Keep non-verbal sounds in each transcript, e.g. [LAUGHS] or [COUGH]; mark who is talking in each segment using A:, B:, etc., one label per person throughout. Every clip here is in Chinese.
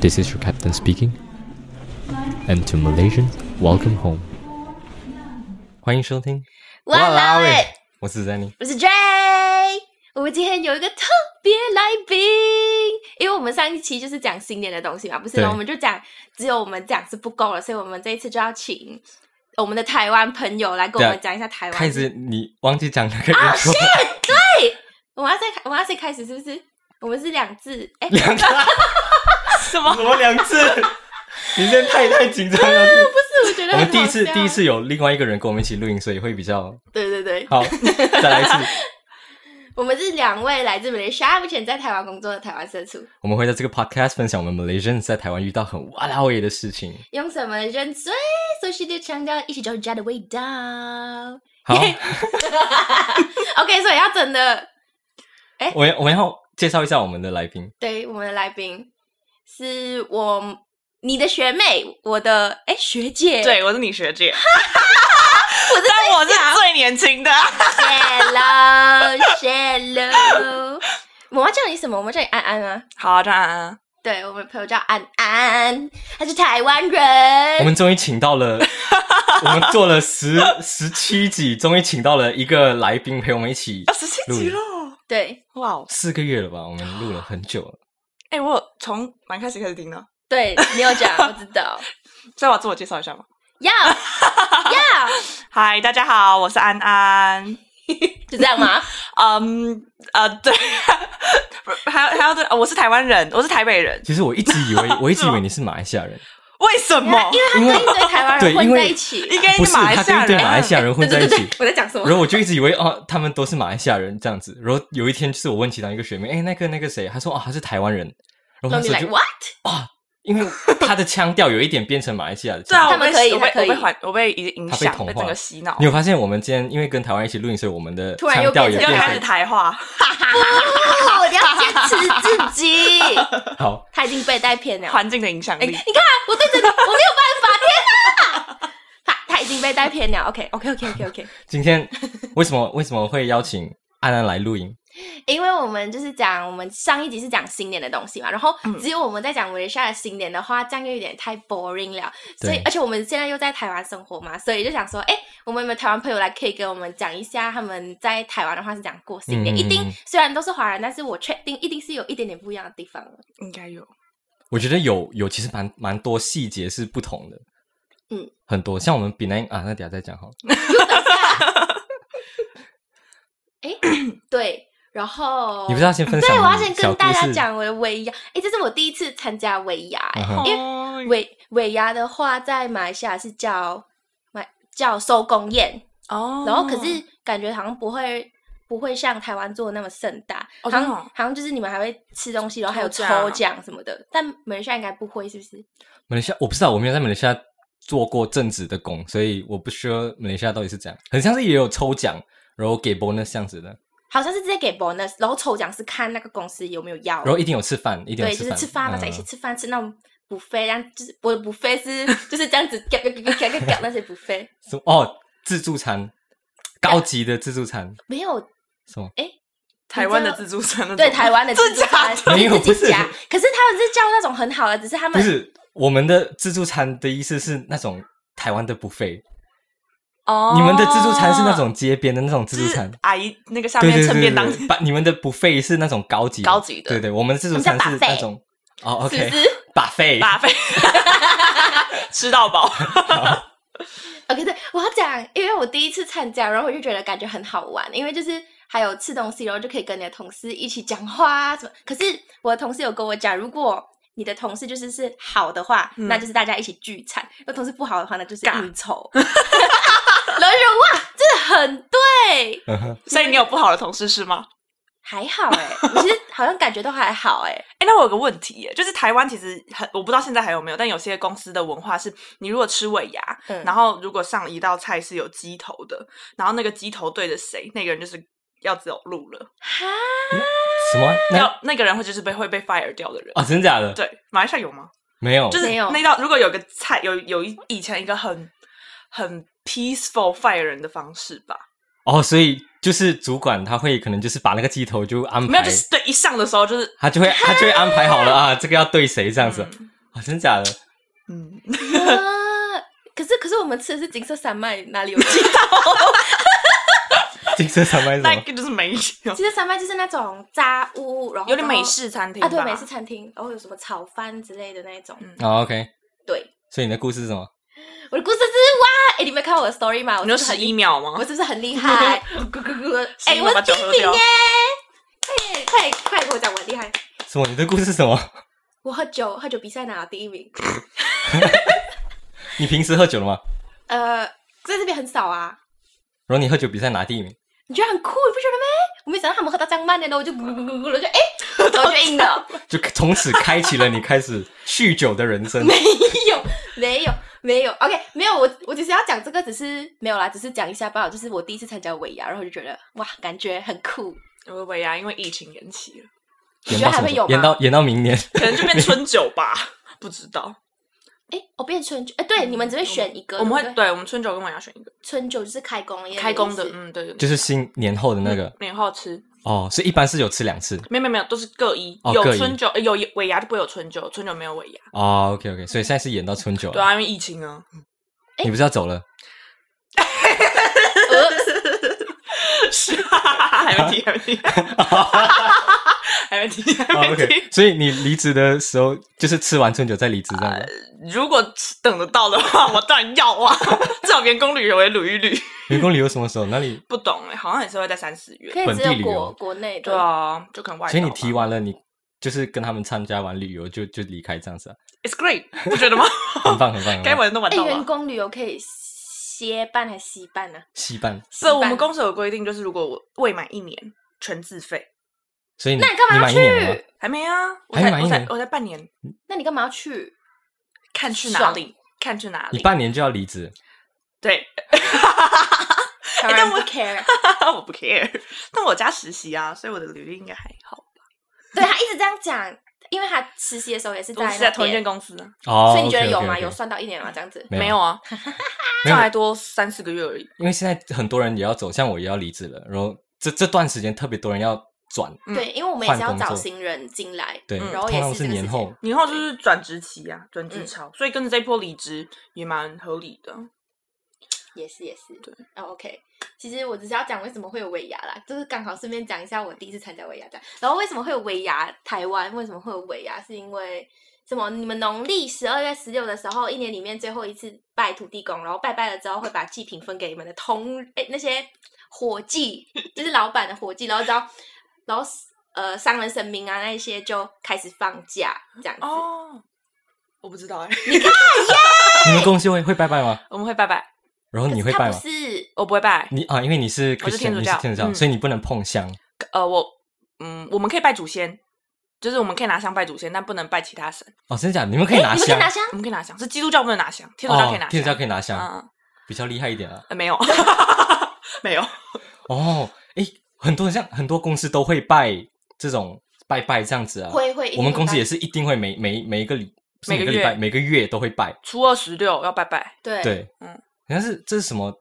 A: This is your captain speaking. And to Malaysian, welcome home.
B: 欢迎收听，
C: 哇啦喂，，
B: 我是 Zenny。
C: 我是 J。我们今天有一个特别来宾，因为我们上一期就是讲新年的东西嘛，不是
B: 对
C: 吗？我们就讲只有我们讲是不够了，所以我们这一次就要请我们的台湾朋友来跟我们讲一下台湾。
B: 啊
C: 啊
B: 开始，你忘记讲那个 intro，
C: 我们要再我们要再开始是不是？我们是两字，
B: [LAUGHS]
C: 哎、
B: 两次，
C: 什么？
B: 什么两次？ [LAUGHS] 你现在太太紧张了。
C: [LAUGHS] 不是，我啊觉得
B: 我
C: 很
B: 们第一次
C: 好笑
B: 第一，次有另外一个人跟我们一起录音，所以会比较
C: 对对对， [LAUGHS]
B: 好。再来一次，
C: 我们是两位来自马来西亚，目前在台湾工作的台湾社畜，
B: 我们会在这个 podcast 分享我们 Malaysians 在台湾遇到很哇啦喂的事情。
C: 用什么认罪，熟悉的腔调，一起找家的味道。
B: 好，
C: OK，所以要真的，
B: 我要我们要介绍一下我们的来
C: [LAUGHS]
B: 宾，
C: 对我们的来宾是我你的学妹，我的哎学姐，
D: 对，我是你学姐，
C: 我的
D: [LAUGHS] 但我是最年轻的。
B: [LAUGHS]
C: hello hello，我们要叫你什么？我们叫你安安啊。
D: 好啊，当然啊，
C: 对我们的朋友叫安安，她是台湾
B: 我
C: 人。
B: 们终于请到
C: [LAUGHS]
B: 了，我们做了十十七集，终于请到了一个来宾陪我们一起
D: 二十七集了，
C: 对
D: 哇哦！
B: 四个月了吧？我们录了很久了。
D: 哎、我有从蛮开始开始听的，
C: 对，你有讲，我知道。
D: 所以我要自我介绍一下嘛。
C: 要要，
D: 嗨，大家好，我是安安。
C: 就这样吗？
D: 嗯呃，对，不是还有还有对，呃我是台湾人，我是台北人。
B: 其实我一直以
C: [LAUGHS]
B: 为，我一直以为你是马来西亚人，
D: 为什
C: 因为她因？
D: 么
C: 为她跟一堆台湾
B: 对
C: 人混
B: 因为
C: 在一起。
D: 应该
B: 不
D: 是
B: 是他
D: 马来西亚
B: 跟
D: 人，
B: 对马来西亚人混在一
C: 对
B: 起
C: 对。对，我在讲什么
B: 然？后我就一直以为哦，他们都是马来西亚人这样子。然后有一天，就是我问其他一个学妹，哎，那个那个谁，她说哦，她是台湾人。然后
C: 然
B: 那
C: 后
B: 时 [LAUGHS]
C: 你 [LAUGHS]
B: 候
C: 来
B: 就
C: what？
B: 因为她的腔调有一点变成马来西亚的
D: 对
B: 腔调。
D: 啊，我
C: 他们
D: 被
C: 可以
D: 我被
C: 他可以
D: 我被环我被影影
B: 他被
D: 响，
B: 同
D: 被
B: 化
D: 整个洗脑
B: 你，有发现我们今天因为跟台湾一起录音，所以我们的
C: 突然又
B: 腔调也
C: 变
D: 又
C: 成
D: 开
B: 变
D: 始
B: 成
D: 台话。
C: 啊，我一定要坚持自己。
B: [LAUGHS] 好。
C: 他已经被带偏了。
D: 环境的影响
C: 哎、
D: 力
C: 你。看我对这个我没有办法，天哪！他 [LAUGHS] 他已经被带偏了。OK OK OK OK OK，
B: 今天为什么为什么会邀请安安来录音？
C: 因为我们就是讲我们上一集是讲新年的东西嘛，然后
D: 嗯
C: 只有我们在讲马来西亚的新年的话，这样又有点太 boring 了。所以
B: 对
C: 而且我们现在又在台湾生活嘛，所以就想说，哎、我们有没有台湾朋友来可以跟我们讲一下他们在台湾的话是讲过新年？
B: 嗯
C: 一
B: 嗯
C: 定
B: 嗯
C: 虽然都是华人，但是我确定一定是有一点点不一样的地方了。
D: 应该有，
B: 我觉得有有其实蛮蛮多细节是不同的，
C: 嗯，
B: 很多像我们比南啊，那等下再讲好了。
C: 哎、对，然后
B: 你不是要先分享？
C: 哦对，我要先跟大家，讲哎我的尾牙。哎，这是我第一次参加尾牙、诶
B: 嗯
D: 哦
B: 哼
C: 因为
D: 为
C: 尾尾牙的话，在马来西亚是叫买叫收工宴，
D: 哦
C: 然后可是感觉好像不会不会像台湾做的那么盛大，好
D: 哦真的
C: 像
D: 哦
C: 好像就是你们还会吃东西，然后还有
D: 抽
C: 抽
D: 奖
C: 奖什么的，但马来西亚应该不会，是不是？
B: 马来西亚，我不知道，我没有在马来西亚做过正职的工，所以我不说马来西亚到底是怎样，很像是也有抽奖，然后给 bonus 这样子的，
C: 好像是直接给 bonus，然后抽奖是看那个公司有没有要，
B: 然后一定有吃饭，一定有
C: 对，就是
B: 饭，
C: 吃饭嘛，在一起
B: 嗯。
C: 吃饭，吃那种补费，然后就是我的补费是就是这样子， [LAUGHS] 嘎嘎嘎嘎嘎嘎那些补费
B: 什么哦，自助餐，高级的自助餐，
C: 没有。
B: 什么？
D: 台湾的自助餐那种，
C: [LAUGHS] 对台湾的自助餐
D: 真假，
B: 的没有
C: 自己夹
B: 不。
C: 可是他们是叫那种很好的，只是他
B: 不
C: 们
B: 是我们的自助餐的意思是那种台湾的 buffet，、
D: 哦
B: 你们的自助餐是那种街边的那种自助餐
D: 就是，阿姨那个下
B: 对
D: 面
B: 对
D: 趁
B: 对
D: 便当
B: 对，对，把你们的 buffet 是那种高级
D: 高级的
B: 对对，我们的自助餐
C: 我
B: 是
C: 们叫 buffet
B: 那种哦
C: 是
B: ，OK，
C: 不是
B: buffet，
D: 把费 [LAUGHS] 吃
B: [LAUGHS]
D: 到饱。
C: ？OK，对，我要讲，因为我第一次参加，然后我就觉得感觉很好玩，因为就是还有吃东西，然后就可以跟你的同事一起讲话啊什么。可是我的同事有跟我讲，如果你的同事就是是好的话，
D: 嗯
C: 那就是大家一起聚餐；如果同事不好的话，那就是
D: 尬
C: 应酬。 [LAUGHS] 然后就觉得哇，这很对，
B: 嗯哼
D: 所以你有不好的同事是吗？
C: 还好哎、我其实好像感觉都还好哎、
D: 哎、那我有个问题耶，就是台湾其实很，我不知道现在还有没有，但有些公司的文化是，你如果吃尾牙，
C: 嗯
D: 然后如果上一道菜是有鸡头的，然后那个鸡头对着谁，那个人就是要走路了，
C: 哈，
B: 什么？那
D: 要那个人会就是被会被 fire 掉的人。
B: 哦，真假的？
D: 对，马来西亚有吗？
B: 没有，
D: 就是
C: 没有
D: 那道如果有个菜有有一以前一个很很 peaceful fire 人的方式吧，
B: 哦，所以就是主管他会可能就是把那个鸡头就安排，
D: 没有就是对一上的时候就是
C: [LAUGHS]
B: 他就会他就会安排好了啊，这个要对谁这样子。
D: 嗯
B: 啊，真假的？
D: 嗯，
C: 啊 [LAUGHS] 可是可是我们吃的是金色山脉，哪里有鸡头？
D: [LAUGHS]
B: 金色山脉是什
D: 那
B: 么？
D: 个就是没
C: [LAUGHS]
D: 有，
C: 金色山脉就是那种炸屋，然后
D: 有点美式餐厅
C: 啊，对
D: 吧
C: 美式餐厅，然后有什么炒饭之类的那一种。
D: 嗯
B: 哦，OK。
C: 对，
B: 所以你的故事是什么？
C: 我的故事是哇，哎，你没看我的 story 吗？我
D: 你就是
C: 不是
D: 十
C: 很
D: 一
C: 厉，
D: 秒
C: 我
D: 吗？
C: 是不是很厉
D: [LAUGHS]
C: 害？咕咕咕咕，哎，
D: 11
C: 我
D: 把
C: 是
D: 酒
C: 第
D: 喝
C: 一名
D: 掉
C: 耶！快点快点快点跟我讲我很厉害。
B: 什么？你的故事是什么？ [LAUGHS]
C: 我喝酒喝酒比赛拿了第一名，
B: 你平时喝酒了吗？
C: 呃，在这边很少啊。
B: 然后你喝酒比赛拿第一名，
C: 你觉得很酷，你不觉得咩？我没想到他们喝到这样慢的呢，我就咕咕咕咕咕了，我
D: [LAUGHS]
C: 就哎，我就赢了。
B: 就从此开启了你开始酗酒的人生。
C: [LAUGHS] 没有，没有，没有。OK，没有。我我只是要讲这个，只是没有啦，只是讲一下罢了。就是我第一次参加尾牙，然后就觉得哇，感觉很酷。
D: 我的尾牙啊因为疫情延期了，
C: 你
B: 延
C: 觉
B: 到
C: 得还
B: 什么
C: 会
B: 时
C: 有
B: 候？
C: 吗
B: 延？到延到明年。 [LAUGHS]
D: 可能就变春酒吧， [LAUGHS] 不知道。
C: 哎，我变春酒，哎，对，你们只会选一个，
D: 嗯我们
C: 对
D: 会
C: 不对
D: 对我们春酒跟晚上选一个
C: 春酒就是开工夜
D: 开工的
C: 意，思 [LAUGHS]
D: 嗯，对对嗯对，
B: 就是新年后的那
C: 嗯
B: 个
D: 年后吃，
B: 哦，所以一般是有吃两次
D: 没有没有没有，都是各一，
B: 哦
D: 有
B: 各一
D: 春酒，呃有尾牙就不会有春酒，春酒没有尾牙。
B: 哦。OK OK，所以现在是演到春酒了
D: 对啊，因为疫情啊，
B: 你不是要走了？
C: 呃
D: 是 [LAUGHS] 啊，还没提，
B: [LAUGHS]
D: 还没提，还没提，还
B: 哦
D: 没提。
B: OK，所以你离职的时候就是吃完春酒再离职这样子。
D: 如果等得到的话，我当然要啊， [LAUGHS] 至少员工旅游也捋一捋。
B: 员工旅游什么时候？那里？
D: 不懂哎、好像也是会在三四月。
C: 可以只
B: 本地
C: 有
B: 旅
C: 国
B: 游
C: 国内
D: 对
C: 的。
D: 啊，就可能外。
B: 所以你提。完了，你就是跟他们参加完旅游就就离开这样子啊，
D: It's great，不
B: [LAUGHS]
D: 觉得吗？
C: 哦
B: 很棒很棒。很棒
D: 该玩的都玩
C: 哎，
D: 到
C: 员
D: 了。
C: 工旅游可以歇半还是息啊半呢？
D: 嗯
B: 西半，
D: 对，我们
C: 办
D: 公司有规定，就是如果我未满一年全自费，
B: 所以你
C: 那你干
B: 你
C: 嘛要
B: 满一年了吗
C: 去？？
D: 还没啊，我
B: 还
D: 才
B: 满一
D: 我才
B: 年
D: 我才半年，
C: 那你干嘛要去？
D: [LAUGHS] 看去哪
C: 爽
D: 里，看去哪
B: 你
D: 里。
B: 半年就要离职，
D: 对， [LAUGHS]
C: 台湾
D: 哎但
C: 人不
D: 我
C: care。
D: 我不 care，但我家实习啊，所以我的履历应该还好。
C: 对他一直这样讲，因为他实习的时候也是
D: 我
C: 在
D: 是在
C: 那
D: 同一
C: 边
D: 间公司啊，
B: 哦，
C: 所以你觉得有
B: OK，OK，OK
C: 吗？有算到一年吗？这样子？
B: 没
D: 没有
B: [LAUGHS]
D: 啊，
B: 没有
D: 上来多三四个月而已。
B: 因为现在很多人也要走，像我也要离职了，然后这这段时间特别多人要转，
D: 嗯
C: 对，因为我们也是要
B: 换工
C: 找
B: 作
C: 新人进来，
B: 对，
D: 嗯
C: 然后
B: 通
C: 也
B: 常
C: 是
B: 是
C: 这个
B: 年
C: 时
B: 后
C: 间，
D: 以后就是转职期啊，转职
C: 嗯
D: 潮，所以跟着这波离职也蛮合理的。
C: 也是也是。
D: 对
C: 哦，OK。其实我只是要讲为什么会有尾牙啦，就是刚好顺便讲一下我第一次参加尾牙这样。然后为什么会有尾牙？台湾为什么会有尾牙？是因为什么？你们农历十二月十六的时候，一年里面最后一次拜土地公，然后拜拜了之后会把祭品分给你们的同哎那些伙计，就是老板的伙计，然后只要然后呃商人神明啊那一些就开始放假这样子。
D: 哦，我不知道哎、
B: [LAUGHS] 你们公司会会拜拜吗？
D: [LAUGHS] 我们会拜拜，
B: 然后
C: 可
B: 你
C: 是
B: 会
C: 他
B: 拜
C: 不
B: 吗？
C: 是
D: 我不会拜。
B: 你啊，因为你是
D: 我是
B: Christian，
D: 天主
B: 你
D: 教
B: 是天主教，
D: 嗯
B: 所以你不能碰香。
D: 呃，我嗯，我们可以拜祖先，就是我们可以拿香拜祖先，但不能拜其他神。
B: 哦，真的假的？你们可以
C: 哎
B: 拿
C: 你们可以
B: 香，
C: 拿香，
D: 我们可以拿香，是基督教不能拿香，天主教可以
B: 哦
D: 拿，香。
B: 天主教可以拿香，
D: 嗯，
B: 比较厉害一点啊。
D: 呃没有，没有。
B: 哦，诶，很多人像很多公司都会拜这种拜拜这样子啊。
C: 会会。
B: 我们公司也
C: 是
B: 是一定会每每每一个礼不是
D: 每
B: 每
D: 个
B: 个礼拜
D: 月
B: 每个月都会拜。
D: 初二十六要拜拜，
C: 对
B: 对，
D: 嗯
B: 好像是这是什么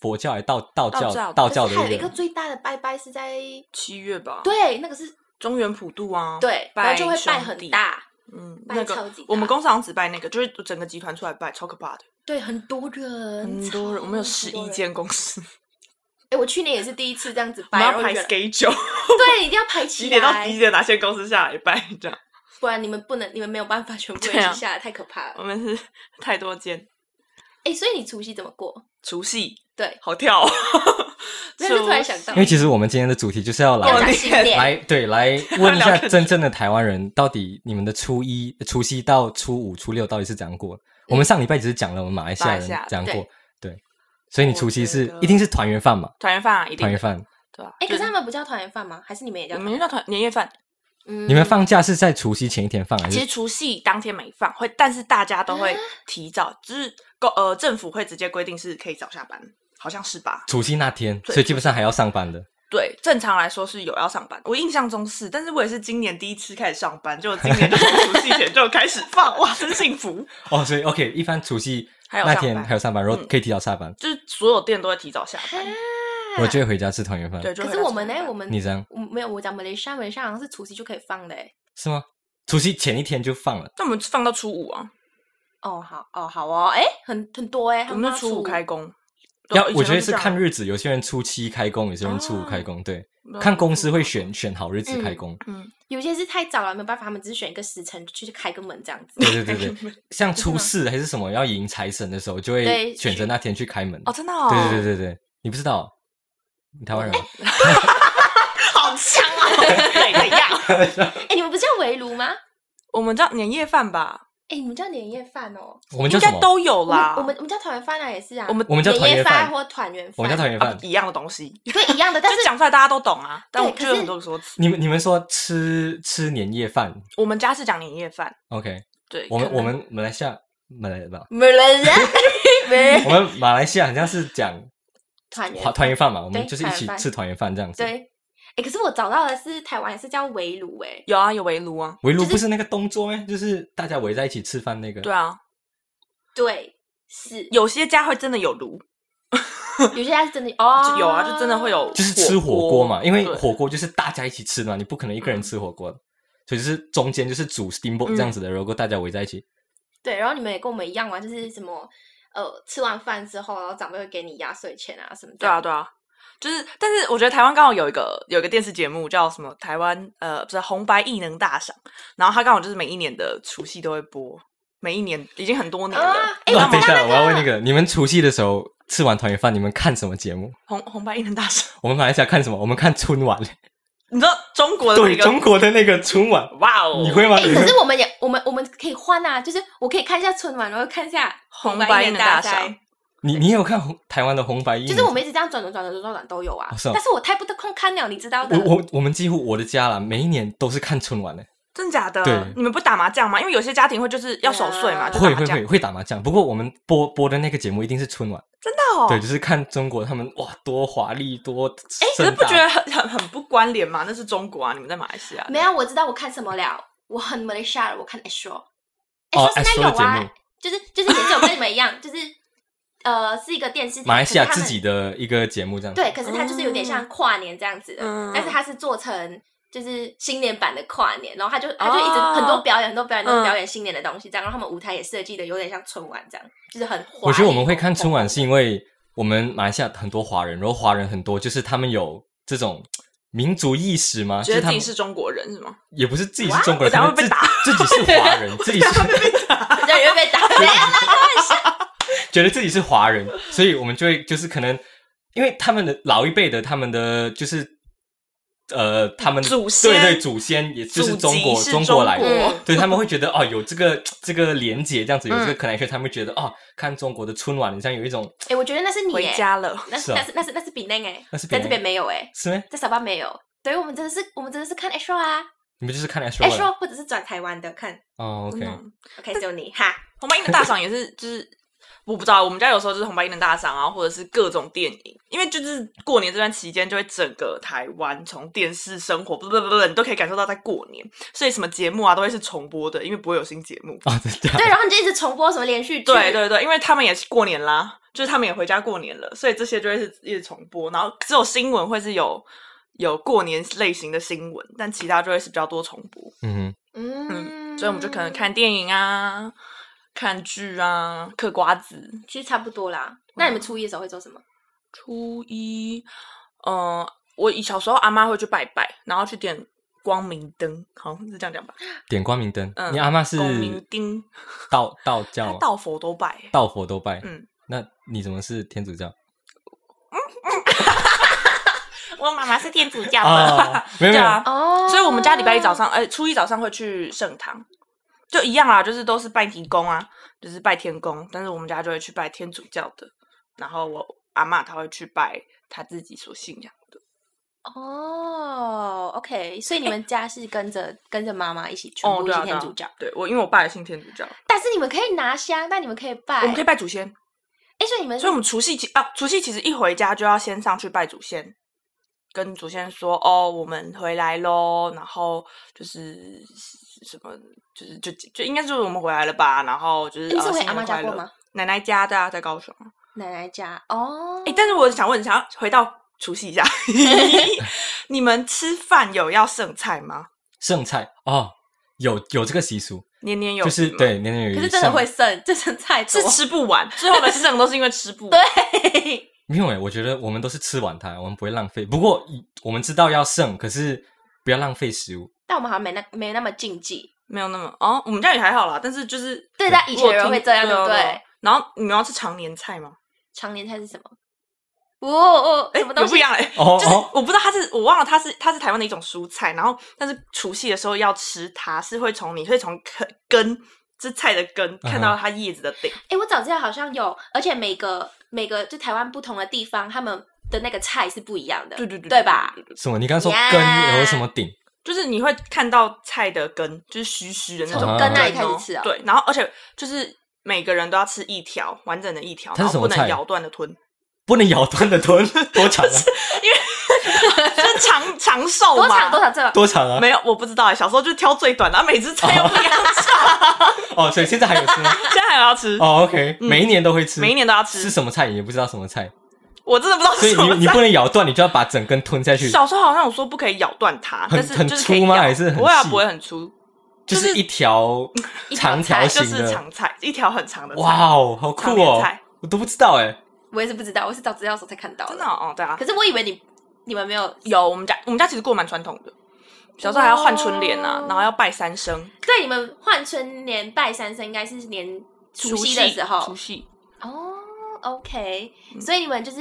B: 佛教还是道道
D: 道教
B: 教道
C: 可
B: 教
C: 是
B: 的
C: 还有一
B: 一
C: 个
B: 个哦
C: 最大的拜拜是在
D: 七月吧。，
C: 对，那个是
D: 中原普渡啊，
C: 对，然
D: 拜
C: 后就会拜
D: 兄
C: 很
D: 弟。
C: 大，
D: 嗯，
C: 拜
D: 那
C: 超
D: 个
C: 级大
D: 我们公司好像只拜那个，就是整个集团出来拜，超可怕的，
C: 对，很多人，
D: 很多人，我们有十
C: 超级多
D: 一
C: 人。
D: 间公司，
C: 哎，我去年也是第一次这样子
D: 我
C: 拜，
D: 们
C: 然
D: 要
C: 后
D: 排
C: 我就觉得
D: schedule，
C: 对，一定要排
D: 几 [LAUGHS]
C: 起
D: 点到几
C: 来，
D: 点哪些公司下来拜这样。
C: 不然你们不能，你们没有办法全部一
D: [LAUGHS] 对啊
C: 起下来，太可怕
D: 我
C: 了。
D: 们是太多间，
C: 哎，所以你除夕怎么过？
D: 除夕
C: 对，
D: 好跳、哦，
C: [LAUGHS] 没有就突然想到
B: 因为其实我们今天的主题就是要
C: 要
B: 来
C: 讲新
D: 过
C: 年，
B: 啊来对来问一
D: [LAUGHS] 聊
B: 下
D: 天
B: 真正的台湾人，到底你们的初一、除夕到初五、初六到底是怎样过的？我
C: 嗯
B: 们上礼拜只是讲了我们马来西亚人
D: 马来西亚
B: 怎样过
C: 对，
B: 对，所以你
D: 我
B: 除夕
D: 觉
B: 是
D: 得
B: 一定是团圆饭嘛？
D: 团圆饭啊，一定
B: 团
D: 的
B: 圆饭，
D: 对啊。
C: 哎，可是
D: 就
C: 他们不叫团圆饭吗？还是你们也叫
D: 我？们叫团年夜饭，
C: 嗯
B: 你们放假是在除夕前一天放还
D: 其
B: 是
D: 实？除夕当天没放，会，但是大家都
C: 啊
D: 会提早，就是公呃政府会直接规定是可以早下班，好像是吧？
B: 除夕那天，
D: 对
B: 所以基本上还要上班的。
D: 对，正常来说是有要上班，我印象中是，但是我也是今年第一次开始上班，就我今年就从除夕前就开始放，哇，真幸福！
B: 哦，所以 OK，一般除夕
D: 还有
B: 那
D: 上
B: 天
D: 班
B: 还有上班，然后
D: 嗯
B: 可以提早下班，
D: 就是所有店都会提早下班，
B: 我就会回家吃团圆饭。
D: 啊对，就
C: 可
D: 会
C: 是
D: 来
C: 我
D: 上
C: 们呢嗯
D: 班？
C: 我们
B: 你这样
C: 我没有，我讲马来西亚，马来西亚好像是除夕就可以放的，哎
B: 是吗？除夕前一天就放了，
D: 那我们放到初五啊，
C: 哦，好，哦，好哦，哎，很很多哎，
D: 我
C: 他
D: 们
C: 到
D: 就初五开工。
B: 要
D: 哦以前
B: 我觉得
D: 都
B: 是
D: 这样
B: 看日子，有些人初七开工，有些人初五开工，对，
D: 嗯
B: 看公司会。选选好日子开工。
C: 有些是太早了，没有办法，他们只是选一个时辰去开个门这样子。 [LAUGHS]
B: 对对
D: [LAUGHS]
B: 对对，像初四还是什么要迎财神的时候，就会
C: 对
B: 选择那天去开门。
D: 哦，真的哦，哎
B: 对对对对对，你不知道哦，你台湾人吗啊
C: [LAUGHS]
D: 好强啊！怎样？
C: 哎，你们不是叫围炉吗？
D: 我们叫年夜饭吧，
C: 哎，你们叫年夜饭哦。
B: 我们叫
D: 应
B: 什
D: 该
B: 么？
D: 都有
C: 我们
D: 啦。
C: 我们我们叫团圆饭啊，也是啊。
D: 我们
B: 我们叫团
C: 年
B: 圆
C: 夜
B: 饭
C: 饭，或团圆饭，
B: 我们叫团圆
D: 啊
B: 饭。
D: 一样的东西，
C: 对一
D: [LAUGHS]
C: 样的，但
D: 就
C: 是
D: 讲出来大家都懂啊。但我
C: 对可
D: 就是有很多个说辞。
B: 你们你们说吃吃年夜饭
D: 我们家是讲年夜饭，
B: ，OK？
D: 对，
B: 我们
D: 可能
B: 我们马来西亚马来吧，
C: 没
D: [LAUGHS]
C: 人人没
B: 我们马来西亚好像是讲
C: 团圆
B: 团团圆饭嘛，我们
C: 对
B: 就是一起
C: 团圆饭
B: 吃团圆饭这样子。
C: 对。哎，可是我找到的是台湾也是叫围炉哎，
D: 有啊，有围炉啊，
B: 围炉
C: 就是
B: 不是那个动作哎，就是大家围在一起吃饭那个。
D: 对啊，
C: 对，是
D: 有些家会真的有炉，
C: 有些家是真的哦
D: [LAUGHS] 就，有啊，就真的会有，
B: 就是吃火锅嘛，因为
D: 对
B: 火锅就是大家一起吃嘛，你不可能一个人吃火锅，所以就是中间就是煮 steamboat
D: 嗯
B: 这样子的，然后大家围在一起。
C: 对，然后你们也跟我们一样嘛，就是什么呃，吃完饭之后，然后长辈会给你压岁钱啊什么的。
D: 对啊，对啊，就是，但是我觉得台湾刚好有一个有一个电视节目叫什么台湾呃，不是红白艺能大赏，然后它刚好就是每一年的除夕都会播，每一年已经很多年了。
C: 啊哎
D: 你知
B: 那
D: 道
B: 等
D: 吗
B: 一？下，我要问那个，你们除夕的时候吃完团圆饭，你们看什么节目？
D: 红红白艺能大赏， [LAUGHS]
B: 我们马来西亚看什么？我们看春晚，
D: 你知道中国的
B: 对
D: 哦那
B: 中
D: 个
B: 国嗯的那个春晚，
D: 哇哦，
B: 你会吗？
C: 哎、
B: 你会
C: 可是我们也，我们我们可以换啊，就是我可以看一下春晚，然后看一下
D: 红白
C: 白
D: 艺
C: 的
D: 能大
C: 赛
D: 赏，，
B: 你你有看红台湾的红白艺？
C: 就是我们一直这样转转转转转转都有啊。
B: 嗯哦是哦
C: 但是我太不得空看了，你知道的。
B: 我我我们几乎我的家啦，每一年都是看春晚的，
D: 真假的
B: 对？
D: 你们不打麻将吗？因为有些家庭会就是要守岁嘛，
C: 对
D: 就
B: 会
C: 啊
D: 打麻
B: 会
D: 将
B: 会。会打麻将。不过我们播播的那个节目一定是春晚，
D: 真的哦，
B: 对，就是看中国他们哇多华丽多盛大，
D: 哎可是不觉得很很很不关联吗？那是中国啊，你们在马来西亚。
C: 没有，我知道我看什么了，我很马来西亚人，我看 S 说
B: 哦
C: S 说
B: Astro
C: 现在
B: 的
C: 有
B: 节目
C: 啊，就是就是也是有跟你们一样，就是呃是一个电视台，
B: 马来西亚
C: 可是他
B: 自
C: 们
B: 己的一个节目这样。，
C: 对，可是它就是有点像跨年这样子的，
D: 哦嗯
C: 但是它是做成就是新年版的跨年，然后它就它就一直很多
D: 哦
C: 表演，很多表演都
D: 嗯
C: 是表演新年的东西，这样，然后他们舞台也设计的有点像春晚这样，就是很华丽。
B: 我觉得我们会看春晚是因为我们马来西亚很多华人，然后华人很多就是他们有这种民族意识嘛，就是
D: 觉得
B: 他
D: 自
B: 们
D: 己是中国人是吗？
B: 也不是自己是中国人，
D: 我
B: 他们
D: 等下会被
B: 自
D: 打
B: 自己是华人，自己
D: [LAUGHS]
B: 是
C: [LAUGHS] 对，会被打。没有啦，
B: 觉得自己是华人，所以我们就会就是可能，因为他们的老一辈的他们的就是呃他们
D: 祖先
B: 对对祖先也就是
D: 祖
B: 中
D: 籍
B: 国
D: 是
B: 中
D: 中
B: 来的，
D: 国 [LAUGHS]
B: 对他们会觉得哦有这个这个连结这样子有这个
D: 嗯
B: connection，、他们会觉得哦看中国的春晚好像有一种
C: 哎，我觉得那是你
D: 回
C: 耶，
D: 家啊了，
C: 那
B: 是
C: 是
B: 哦
C: 那是那是那是比那哎，
B: 那是比
C: 在
B: 那
C: 这边没有哎，
B: 是吗？
C: 在沙巴没有。对，我们真的是我们真的是看 H R 啊
B: 你们就是看 S
C: ，H R 或者是转台湾的看
B: 哦，OK，
D: 真的哦
C: ，OK，只有你哈。
D: 红白英的大赏也是，就是我不知道，我们家有时候就是红白英的大赏啊，或者是各种电影，因为就是过年这段期间，就会整个台湾从电视生活，不不不不，你都可以感受到在过年，所以什么节目啊都会是重播的，因为不会有新节目。
B: 啊，真的
C: 对，然后你就一直重播什么连续剧，
D: 对对对，因为他们也是过年啦，就是他们也回家过年了，所以这些就会是一直重播，然后只有新闻会是有。有过年类型的新闻，但其他就会是比较多重播，
B: [LAUGHS] 嗯
C: 嗯，
D: 所以我们就可能看电影啊、看剧啊、嗑瓜子
C: 其实差不多啦。那
D: 嗯
C: 你们初一的时候会做什么？
D: 初一，嗯、我以小时候阿妈会去拜拜，然后去点光明灯，好像是这样讲吧？
B: 哼，点光明灯，
D: 嗯
B: 你阿妈是
D: 光明灯，
B: 道道
D: 她
B: 教
D: 道佛都拜，
B: 道佛都拜，
D: 嗯，
B: 那你怎么是天主教？
D: [LAUGHS] 我妈妈是天主教
B: 哦没有
D: [LAUGHS] 对
B: 没有
D: 啊，
C: 哦
D: 所以我们家礼拜一早上，哎、初一早上会去圣堂，就一样啦，就是都是拜地公啊，就是拜天公，但是我们家就会去拜天主教的，然后我阿妈她会去拜她自己所信仰的，
C: 哦，OK，所以你们家是跟着跟着妈妈一起全
D: 哦，
C: 部一
D: 对
C: 起
D: 啊，对
C: 天
D: 啊
C: 主教，
D: 对我因为我爸也信天主教，
C: 但是你们可以拿香，那你们可以拜，
D: 我们可以拜祖先。
C: 哎，所以你们
D: 所以我们除夕其啊，除夕其实一回家就要先上去拜祖先，跟祖先说哦，我们回来喽，然后就是什么，就是就就应该就是我们回来了吧，然后就是
C: 你是
D: 啊
C: 回
D: 新
C: 阿
D: 年
C: 妈家
D: 快
C: 过
D: 乐
C: 吗？
D: 奶奶家的啊，在高雄。
C: 奶奶家哦，
D: 哎、但是我想问，想要回到除夕
C: [LAUGHS]
D: 一下，你们吃饭有要剩菜吗？
B: 剩菜哦，有有这个习俗，
D: 年年有
B: 就
D: 余
B: 是
D: 嘛，
B: 对年年有余。
C: 可是真的
B: 像
C: 会剩，这剩菜多
D: 是。 [LAUGHS] 吃不完，最后每次剩都是因为吃不完。
B: 没有诶，欸我觉得我们都是吃完它，我们不会浪费。不过以我们知道要剩，可是不要浪费食物。
C: 但我们好像没那没那么禁忌。
D: 没有那么哦，我们家也还好啦，但是就是
C: 对，但以前人会这样，对不对？？
D: 然后你们要吃常年菜吗？
C: 常年菜是什么？哦哦，
D: 哎，
C: 什么东
D: 有不一
C: 西？
D: 样哎、
B: 哦
D: 就是
B: 哦，
D: 我不知道它是，我忘了它是它是台湾的一种蔬菜，然后但是除夕的时候要吃它，是会从你会从根根这菜的根
B: 嗯哼
D: 看到它叶子的顶，
C: 哎，我早知道好像有，而且每个每个就台湾不同的地方，他们的那个菜是不一样的，
D: 对对
C: 对
D: 对
C: 吧？？
D: 对对对
B: 什么？你刚说根，
C: 呀
B: 然后什么顶？
D: 就是你会看到菜的根，就是虚虚的那种
B: 从
D: 根
B: 根那
C: 里开始吃
D: 哦
C: 哦
D: 对，然后而且就是每个人都要吃一条完整的一条，
B: 它
D: 然
B: 是
D: 后不
B: 什么
D: 能
B: 菜
D: 咬断的吞， [LAUGHS]
B: 不能咬断的 [LAUGHS] 吞，多长啊？
D: 就是长长寿嘛。
C: 多长多长这个？
B: 多长啊？
D: 没有，我不知道哎、小时候就挑最短的，啊每只菜又不一样，
B: 哦，所以现在还有吃吗？
D: 现在还要吃，
B: 哦，OK，
D: 嗯
B: 每一年都会吃，
D: 每一年都要
B: 吃
D: 吃。
B: 什么菜也不知道什么
D: [LAUGHS]
B: 菜，
D: 我真的不知道
B: 所
D: 是
B: 以
D: 什么
B: 你你
D: 菜。
B: 不能咬断，你就要把整根吞下去，
D: 小时候好像有说不可以咬断它，
B: 很
D: 但是
B: 很
D: 就是可以
B: 粗吗
D: 咬
B: 还是很
D: 不会啊，
B: 细
D: 不会很粗，
B: 就
D: 就是
B: 是
D: 嗯
B: 一条
C: 一条
B: 长条
C: 菜
D: 就
B: 形
D: 是
B: 的。
D: 长菜，一条很长的菜。
B: 哇哦，好
D: 常
B: 酷
D: 年
B: 哦
D: 菜！
B: 我都不知道哎，
C: 我也是不知道，我是找资料的时候才看到
D: 真的
C: 的。
D: 哦，哦对啊
C: 可，是我以为你你们没有，
D: 有我们家我们家其实过蛮传统的，小时候还要换春联啊
C: 哦，
D: 然后要拜三牲，
C: 对你们换春联拜三生应该是年除夕的时
D: 除
C: 候
D: 夕嗯
C: 哦。OK，所以你们就是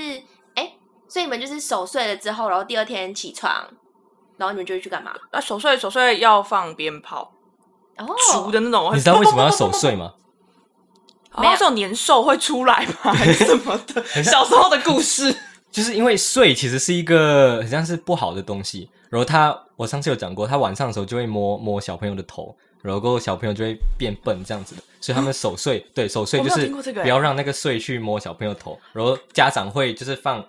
C: 哎，所以你们就是守岁了之后，然后第二天起床，然后你们就会去干嘛？
D: 啊，守岁守岁要放鞭炮，
C: 哦，
D: 竹的那种。啊
B: 你知道为什么要守岁吗？
D: 好像是有年兽会出来吗？还是什么的？小时候的故事。
B: [LAUGHS] 就是因为睡其实是一个很像是不好的东西，然后他我上次有讲过，他晚上的时候就会摸摸小朋友的头，然后过后小朋友就会变笨这样子的，所以他们守岁，对守岁
D: 我
B: 就
D: 没有
B: 是
D: 听过这个欸
B: 不要让那个睡去摸小朋友头，然后家长会就是放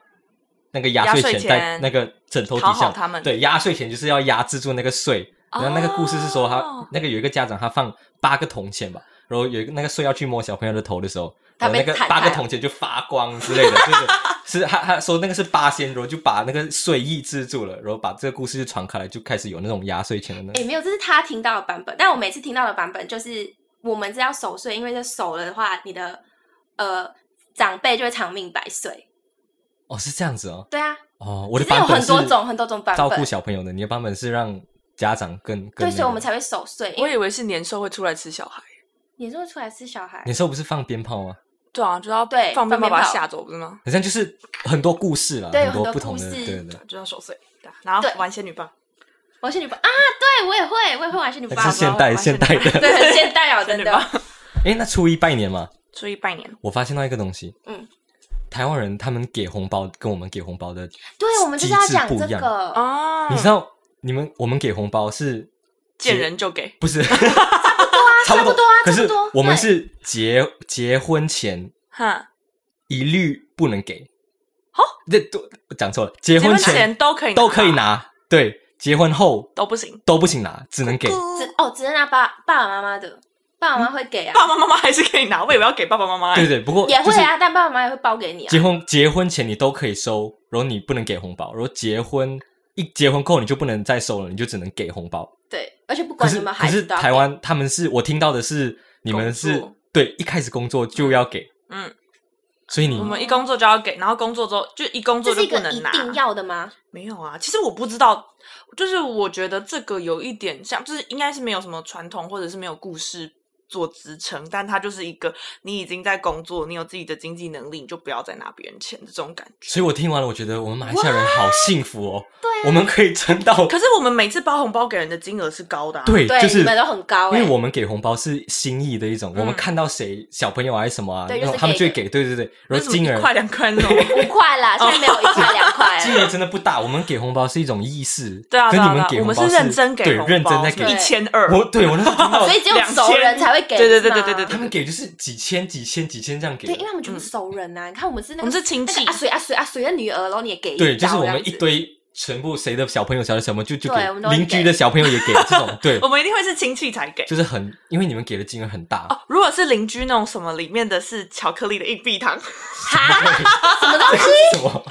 B: 那个
D: 压
B: 压岁
D: 岁
B: 钱
D: 钱
B: 在那个枕头底
D: 讨好
B: 下，
D: 他们
B: 对压岁钱就是要压制住那个睡，然后那个故事是说他、
D: 哦
B: 那个有一个家长他放八个铜钱吧，然后有一个那个睡要去摸小朋友的头的时候，
C: 他
B: 然后
C: 被
B: 那个
C: 弹
B: 八
C: 开
B: 个
C: 了
B: 铜钱就发光之类的， [LAUGHS] 就是是他他说那个是八仙，然后就把那个水抑制住了，然后把这个故事就传开来，就开始有那种压岁钱的那
C: 哎、
B: 种。
C: 没有，这是他听到的版本，但我每次听到的版本就是我们是要守岁，因为这守了的话，你的呃长辈就会长命百岁。
B: 哦，是这样子哦，
C: 对啊，
B: 哦，我的
C: 其实有
B: 版本
C: 很多
B: 是
C: 种很多种版本
B: 照顾小朋友的，你的版本是让家长更更那
C: 对，所以我
B: 个
C: 们才会守岁。因
D: 我
C: 为
D: 以为是年兽会出来吃小孩。
C: 你说出来是小孩
B: 你，说不是放鞭炮吗？
D: 对啊，就要
C: 对
D: 放鞭炮
C: 放鞭炮
D: 把它吓走，不是吗？
B: 好像就是很多故事啦，
C: 对
B: 多
C: 很多
B: 不同的，
C: 故事
B: 对对对。
D: 就要守岁，对啊然后
C: 对
D: 玩仙女棒。
C: 我是你爸啊，对我也会，我也会玩是你爸
B: 还
C: 爸
B: 是，现代
D: 爸
B: 现代的，
C: [LAUGHS] 对，很现
D: [LAUGHS]
C: 代啊，
D: 仙
C: 真
D: 女
C: 的。
D: 棒，
B: 诶，那初一拜年嘛，
D: 初一拜年，
B: 我发现到一个东西，
C: 嗯，
B: 台湾人他们给红包跟我们给红包的，
C: 对，我们就是要讲
B: 机制不
C: 这
B: 一样
C: 个，
D: 哦，
C: 嗯
B: 你知道你们我们给红包是
D: 见人就给，
B: 不
C: [LAUGHS]
B: 是？差不
C: 差不多啊
B: 可
C: 差
B: 是
C: 不多
B: 我们
C: 对
B: 是结结婚前
D: 哈，
B: 一律不能给。好，这都讲错了，结
D: 结
B: 婚
D: 婚前都可以，
B: 都可以，拿，对，结婚后
D: 都不行。
B: 都不行拿，只能给。
C: 只哦，只能拿爸爸爸妈妈的，爸爸妈妈会给啊，
D: 爸爸妈妈还是可以拿，我以为要给爸爸妈妈。
B: 对对，不过
C: 也会
B: 就是
C: 啊，但爸爸妈妈也会包给你啊
B: 结。婚结婚前你都可以收，然后你不能给红包，然后结婚一结婚后你就不能再收了，你就只能给红包。
C: 对，而且不
B: 可
C: 管
B: 是
C: 什么
B: 可
C: 孩子
B: 是
C: 都要
B: 台
C: 给
B: 湾他们是我听到的是你们是
D: 工作
B: 对一开始工作就要给，
D: 嗯，
B: 所以你
D: 我们一工作就要给，然后工作之后就一工
C: 这
D: 作
C: 是
D: 就
C: 一
D: 不
C: 个一
D: 能拿。
C: 定要的吗？
D: 没有啊，其实我不知道，就是我觉得这个有一点像，就是应该是没有什么传统或者是没有故事做支撑，但它就是一个你已经在工作，你有自己的经济能力，你就不要再拿别人钱的这种感觉。
B: 所以我听完了，我觉得我们马来西亚人好幸福哦，
C: 对啊
B: 我们可以撑到
D: 可是我们每次包红包给人的金额是高的、啊，，
B: 对，
C: 对，
B: 就是
C: 你们都很高、
B: 因
C: 欸，
B: 为我们给红包是心意的一种，
D: 嗯
B: 我们看到谁小朋友还是什么啊，
C: 对
B: 那种
C: 就是
B: 他们就会
C: 给
B: 给，对对对，然
D: 为
B: 后
D: 什么一
B: 金额
D: 块两块那种？
C: 五块啦，现在
D: 哦
C: 没有一块两
D: [LAUGHS]
C: 块
B: 金
C: 了。
B: 额真的不大，我们给红包是一种意识，
D: 对啊，
B: 跟
D: 对
B: 你
D: 啊，
B: 们给
D: 对啊我
B: 红
D: 们
B: 包
D: 是认真给
B: 对
D: 红包，
B: 认真在给
D: 一千二，
B: 我对我那时候听到
C: 所以只有
D: 2000
C: 熟人才会给，
D: 对对
C: 是
D: 对
C: 吗
D: 对对对嗯
B: 他们给就是几千几千几千这样给
C: 对，因，为他们全部熟人啊呐、你看我们是那
D: 我
C: 个
D: 们是亲戚
C: 那个阿，水阿水阿水的女儿，然后你也给一
B: 对，就是
C: 刀
B: 我
C: 这样
B: 们
C: 子
B: 一堆全部谁的小朋友小的小朋友就就
C: 对我们都
B: 给
C: 会
B: 邻居的小朋友也给这种，对
D: 我，们一定会是亲戚才给。
B: 就是很因为你们给的金额很大，
D: 哦，如果是邻居那种什么里面的是巧克力的硬币糖，
C: 哈，哦什么东西
B: 什么？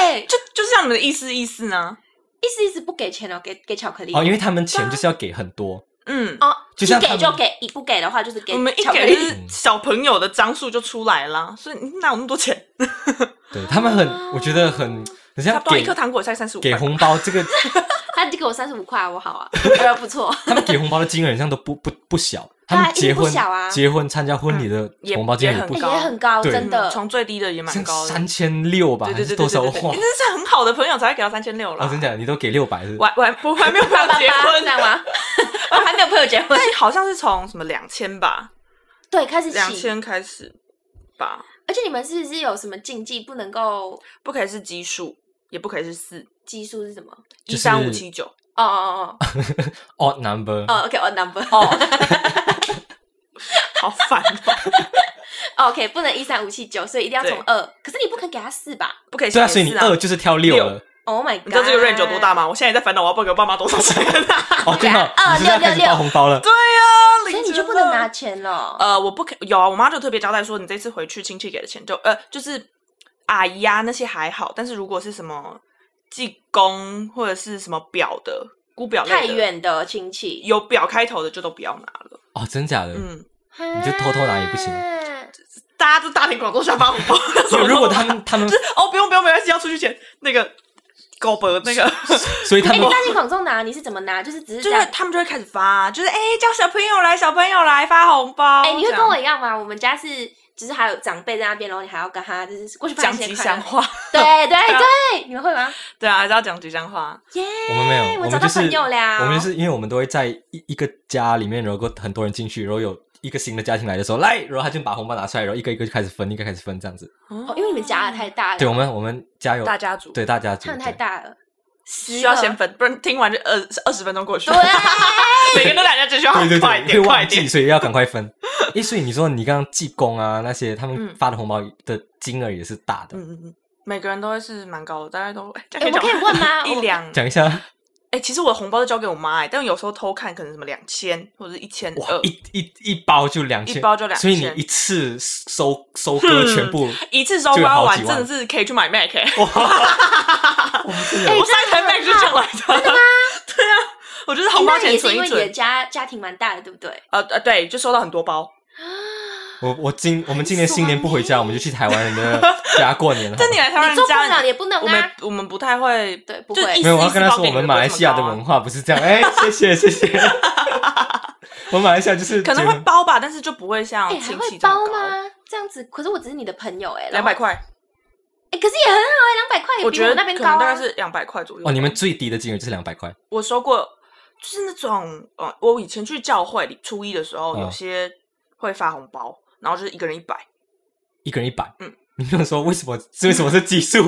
C: 给？
D: 就就是像你们的意思意思呢？
C: 一时一时不给钱哦，给给巧克力。
B: 哦，因为他们钱就是要给很多，
D: 嗯，
C: 哦，
B: 就像
C: 一
B: 他
C: 给就
B: 们
C: 给，一不给的话就是给
D: 我们一
C: 巧克
D: 给
C: 力 [LAUGHS]
D: 就。是小朋友的张数就出来啦，所以你哪有那么多钱？
B: 对他们很，我觉得很很
D: 差
B: 像
D: 不多一
B: 给
D: 颗糖果才三十五
B: 给
D: 块。
B: 红包，这个
C: 他就给我三十五块，我好啊，我觉得不错。
B: 他们给红包的金额好像都不不不小，他
C: 对啊
B: 们
C: 一定
B: 结
C: 不
B: 婚、
C: 小啊
B: 结婚参加婚礼的
D: 也
B: 红包金额
D: 也
B: 不
D: 很
C: 哎也
B: 高，
D: 高
C: 很高，
B: 对
C: 真的
D: 嗯，从最低的也蛮
B: 像
D: 高的，
B: 三千六吧，
D: 对
B: 还
D: 对
B: 是
D: 对
B: 多
D: 对
B: 少
D: 对对，
B: 哇
D: 对？那是很好的朋友才会给到三千六
B: 哦，
D: 啦。
B: 真假的？你都给六百是不是？
D: 我还我还不我还没有办
C: 爸
D: 法
C: 爸
D: 结
C: 这
D: 婚，
C: 样
D: [LAUGHS]
C: 吗？我还没有朋友结婚
D: 但，好像是从什么两千吧，
C: 对，开始
D: 两
C: 起。
D: 千开始吧，
C: 而且你们是不是有什么禁忌，不能够
D: 不可以是奇数，也不可以是四，
C: 基数是什么？
D: 一
B: 就是
D: 三五七九。
C: 哦哦哦
B: odd number，
C: [LAUGHS] 哦，OK，哦 number，
D: 哦，好烦
C: [LAUGHS]
D: 哦！
C: OK，不能一三五七九，所以一定要从
D: 对
C: 二。可是你不肯给他四吧
D: 不可以
B: 对啊，
D: 写
B: 所以你
D: 四
B: 二就是挑六了。
C: ？Oh my god！
D: 你知道这个 range 有多大？吗？我现在也在烦恼我要报给我爸妈多少钱。
B: 哦，对哦，
C: 二
B: 你是不是要开始
C: 六六六
B: 发红包了。
D: 对呀、
C: 所
D: 啊，
C: 以你
D: 零
C: 就
D: 折
C: 不能
D: 了
C: 拿钱了。
D: 呃，我不可有啊，我妈就特别交代说，你这次回去亲戚给的钱就呃，就是阿姨啊那些还好，但是如果是什么继公或者是什么表的姑表类的
C: 太远的亲戚，
D: 有表开头的就都不要拿了。
B: 哦，真假的？
D: 嗯，
C: 你
B: 就偷偷拿也不行
D: 大家就大庭广众下发红包，
B: [LAUGHS] 所以如
D: [LAUGHS]
B: 果他
D: 们
B: 们他们，
D: 哦不用不用没关系，要出去前那个狗伯那个， [LAUGHS]
B: 所以他
C: 哎，你
B: 们
C: 大庭广众拿，你是怎么拿？就是只是
D: 就
C: 这
D: 是
C: 样。
D: 他们就会开始发，就是哎、叫小朋友来，小朋友来发红包。
C: 哎，你会
D: 这
C: 跟
D: 样
C: 我一样吗？我们家是，就是还有长辈在那边，然后你还要跟他就是过去
D: 讲
C: 吉
D: 吉祥。话？
C: 对对
D: [LAUGHS] 啊
C: 对，你们会吗？
D: 对啊，还是要讲吉祥话。
C: 耶！
B: 我们没
D: 哎
B: 有，
C: 我
B: 我
C: 找
B: 们
C: 到
B: 就是
C: 朋友啦。
B: 我们就是因为我们都会在一一个家里面，然后很多人进去，然后有一个新的家庭来的时候，来，然后他就把红包拿出来，然后一个一个就开始分，一个开始分这样子。
C: 哦，因为你们家的太大了，
B: 对我们我们家有
D: 大家族，
B: 对大家族
C: 他们太
B: 对
C: 大了，需
D: 需要先分，不然听完就二二十分钟过去，
C: 对，啊
D: 每个人都大家只需要
B: 对对
D: 快
B: 对，
D: 一
B: 会
D: 点，快
B: 忘
D: 一
B: 记，
D: 点。
B: 所以要赶快分。诶，所以你说你刚刚济公啊那些，他们
D: 嗯
B: 发的红包的金额也是大的。
D: 嗯嗯嗯，每个人都会是蛮高的，大家都哎，这
C: 哎，
D: 样
C: 我
D: 讲
C: 可以问吗？
D: [LAUGHS] 一
C: 我
D: 两，
B: 讲一下，
D: 哎，其实我的红包都交给我妈哎，但有时候偷看可能什么两千或者一千
B: 哇
D: 二，，
B: 一一一包就两千，
D: 一包就2000
B: 所以你一次收收割全
D: [LAUGHS]
B: 部，
D: 一次收
B: 就有
D: 刮
B: 好
D: 完
B: 几
D: 真
B: 万
D: 的是可以去买 Mac 哎，
B: 哇，哇，真的
C: 哎
D: 我上
C: 真
D: 一台
C: 的很
D: Mac 就是这样来的，真的吗？ [LAUGHS] 对啊，我就是红包
C: 那
D: 钱
C: 也是
D: 存
C: 因
D: 一
C: 为你的
D: 存，
C: 家家庭蛮大的，对不对？
D: 呃呃，对，就收到很多包。
B: 我我今我们今年新年不回家，我们就去台湾人的家过年了。
D: 但你来台湾
C: 你做不
D: 家
C: 了，也不能
D: 我们
C: 啊。
D: 我们不太会，
C: 对不
D: 就
C: 会
D: 一
B: 没有，
D: 丝
B: 我要
D: 一丝
B: 跟他
D: 包
B: 说，我
D: 给你
B: 们
D: 的
B: 马
D: 都
B: 来
D: 这么
B: 西亚的
D: 高啊
B: 文化不是这样。哎，谢谢谢谢。我们马来西亚就是
D: 可能
B: 结
D: 会
B: 婚
D: 包吧，但是就不会像
C: 哎，还
D: 亲
C: 会
D: 戚这么
C: 包
D: 高。
C: 吗？这样子，可是我只是你的朋友哎，然
D: 两
C: 后
D: 百，块，
C: 哎，可是也很好哎，两百块也
D: 我
C: 比
D: 觉得
C: 那边
D: 可
C: 高
D: 能
C: 啊
D: 大概是两百块左右吧。
B: 哦，你们最低的金额就是两百块，
D: 我收过，就是那种呃，我以前去教会里初一的时候，
B: 嗯
D: 有些会发红包，然后就是一个人一百，
B: 一个人一百。
D: 嗯，
B: 你跟我说为什么为什么是奇数？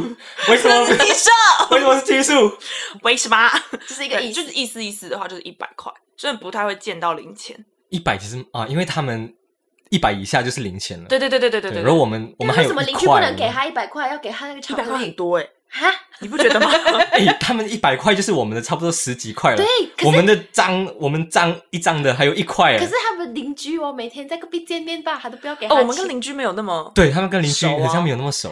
B: 为什么
D: 这是鸡舍，
B: 为什么是奇数？
D: 为什么？
C: 就是一
D: 一
C: 个意
D: [LAUGHS] 就
C: 思
D: 是意思意思的话，就是一百块，所以不太会见到零钱。
B: 一百其实啊，因为他们一百以下就是零钱了。
D: 对对对对对对对，
B: 然后我们我们
C: 那
B: 还
C: 为
B: 有
C: 什么
B: 一
C: 邻居不
B: 块
C: 能给他一百块，要给他那个
D: 一
C: 巧
D: 百
C: 克
D: 块很
C: 力
D: 多哎，
C: 哈，
D: 你不觉
C: [LAUGHS]
D: 得吗？
B: 哎、他们一百块就是我们的差不多十几块了。
C: 对可是
B: 我们的张，我们张一张的还有一块耶。
C: 可是他们邻居哦，每天在隔壁见面吧，他都不要给他
D: 哦，
C: 钱。
D: 我们跟邻居没有那么
B: 对他们跟邻居
D: 熟啊
B: 好像没有那么熟。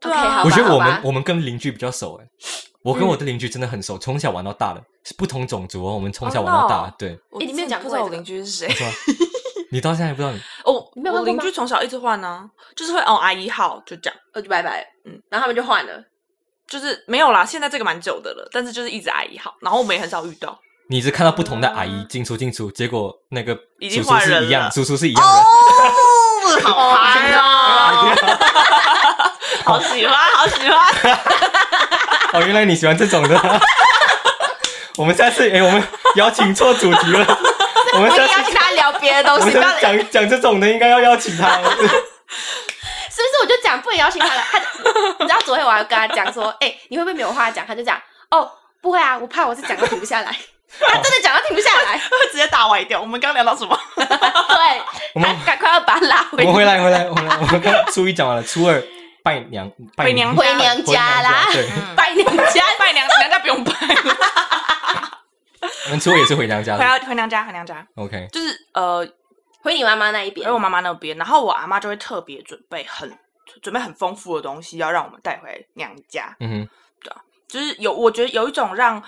D: 对
C: OK，
D: 啊，
C: 好吧
B: 我觉得我
C: 好吧
B: 们我们跟邻居比较熟哎，我跟我的邻居真的很熟，从小玩到大的，是不同种族哦。我们从小玩到大，
D: 哦
B: 对，
D: 我
C: 诶你没有
D: 真的
C: 讲
D: 不
C: 过
D: 知道我
C: 这个
D: 邻居是谁。
B: 是吧？ [LAUGHS] 你到现在还不知道你
D: [LAUGHS] 哦，
C: 你没有
D: 我
C: 换过
D: 邻
C: 吗
D: 居从小一直换呢、就是会哦阿姨好就这样，
C: 我就拜拜，嗯
D: 嗯，
C: 然后他们就换了。
D: 就是没有啦。现在这个蛮久的了，但是就是一直阿姨好，然后我们也很少遇到。 [LAUGHS]
B: 你只看到不同的阿姨进出进出，结果那个
D: 已
B: 叔
D: 经
B: 叔
D: 换人
B: 是一样，
D: 了
B: 叔叔是一样的。
D: 哦，好
C: 嗨
D: 啊！ [LAUGHS] 好喜欢，好喜欢。
B: [LAUGHS]
D: [LAUGHS]
B: 哦，原来你喜欢这种的。 [LAUGHS] 我们下次哎、我们邀请错主题了。我们
C: 我一
B: 下
C: 定要
B: 次
C: 跟他聊别的东
B: 我
C: 西，
B: 们
C: 不要
B: 下次
C: 所以
B: 讲讲这种的，应该要邀请他。
C: 说我就 [LAUGHS] 讲不能邀请他了。他，你知道昨天我还跟他讲说，哎，你会不会没有话讲？他就讲，哦，不会啊，我怕我是讲到停不下来。
B: 哦
C: 他真的讲到停不下
B: [LAUGHS]
C: 来，
D: 会直接打歪掉。我们刚聊到什么？
B: 我
C: 对，
B: 们
C: 他赶快要把他拉
B: [LAUGHS]
C: 回
B: 我们回来，回
D: [LAUGHS]
B: 来，回来。我们刚初一讲完了，初二拜娘，拜
D: 回娘
C: 回娘家啦，
B: 回娘对，
D: [LAUGHS] 嗯
C: 拜娘家。
D: 拜娘娘家不用拜，
B: 我们初二也是回娘家
D: [LAUGHS] 回
B: 的。
D: 到回娘家，回娘家
B: OK，
D: 就是呃，
C: 回你妈妈那一边
D: 回。我妈妈那边，然后我阿妈就会特别准备很准备很丰富的东西，要让我们带回娘家。
B: 嗯哼，
D: 就是有，我觉得有一种让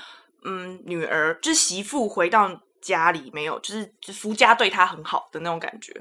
D: 嗯女儿就是媳妇回到家里没有，就是就夫家对她很好的那种感觉。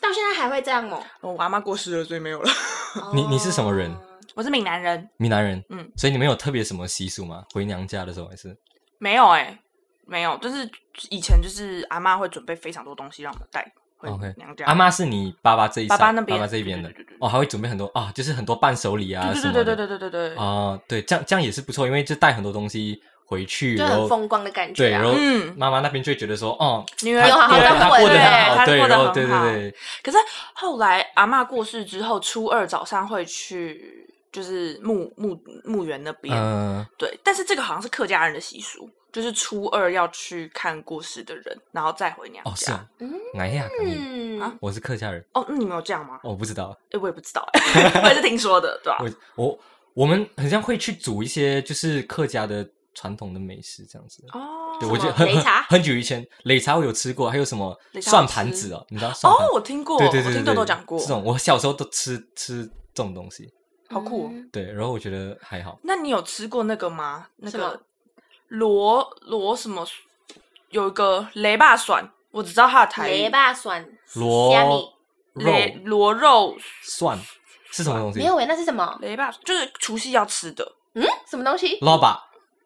C: 到现在还会这样哦。
D: 哦我阿妈过世了，所以没有了。 [LAUGHS]
B: 你你是什么人
C: 哦
D: 我是闽南人，
B: 闽南人，
D: 嗯，
B: 所以你们有特别什么习俗吗？回娘家的时候还是？
D: 没有哎、没有，就是以前就是阿妈会准备非常多东西让我们带回
B: OK
D: 娘家。
B: 阿妈是你爸爸这一
D: 啊爸爸
B: 上
D: 那边
B: 爸爸这一边的
D: 对对对对对
B: 哦，还会准备很多啊，就是很多伴手礼啊
D: 对
B: 什么
D: 对
B: 的。
D: 对对对对对对对，
B: 啊，对，这样这样也是不错，因为就带很多东西回去，
C: 就
B: 然后
C: 很风光的感觉
B: 对，
C: 啊
B: 然后
D: 嗯
B: 妈妈那边就会觉得说，哦，
D: 女
B: 她
D: 儿
C: 有好好
B: 过得
C: 当
B: 她
C: 过
B: 过得
C: 人
B: 很好，
D: 她
B: 对，
D: 过得
B: 然后
D: 很
B: 对对
D: 好
B: 对，
D: 可是后来阿嬷过世之后，初二早上会去就是墓墓墓园那边、
B: 嗯，
D: 对，但是这个好像是客家人的习俗，就是初二要去看过世的人，然后再回娘
B: 哦是
D: 家。
B: 啊
C: 嗯，
B: 哎呀，感觉
C: 嗯，
D: 啊
B: 我是客家人，
D: 哦那你们有这样吗？
B: 我不知道，
D: 哎、我也不知道、哎， [LAUGHS] 我也是听说的，对吧、
B: 我我我们很像会去煮一些就是客家的传统的美食这样子。
D: 哦，
B: 对，
C: 什
B: 我记得
C: 么
B: 很
C: 擂
B: 很
C: 茶
B: 很久以前，擂茶我有吃过，还有什么
D: 擂茶好
B: 蒜盘
D: 吃
B: 子哦，你知道蒜盘
D: 哦，我听过，
B: 对对对
D: 我
B: 对
D: 听
B: 对
D: 豆豆讲过
B: 这，种，我小时候都吃吃这种东西，
D: 好酷哦、
C: 嗯
B: 对，然后我觉得还好，
D: 那你有吃过那个吗？那
C: 什么
D: 个罗罗什么？有一个雷霸蒜，我只知道它的台语
C: 雷霸蒜虾米
B: 螺肉
D: 雷螺肉
B: 蒜是什么东西？
C: 没有诶，那是什么？
D: 雷霸就是除夕要吃的，
C: 嗯，什么东西？
B: 老板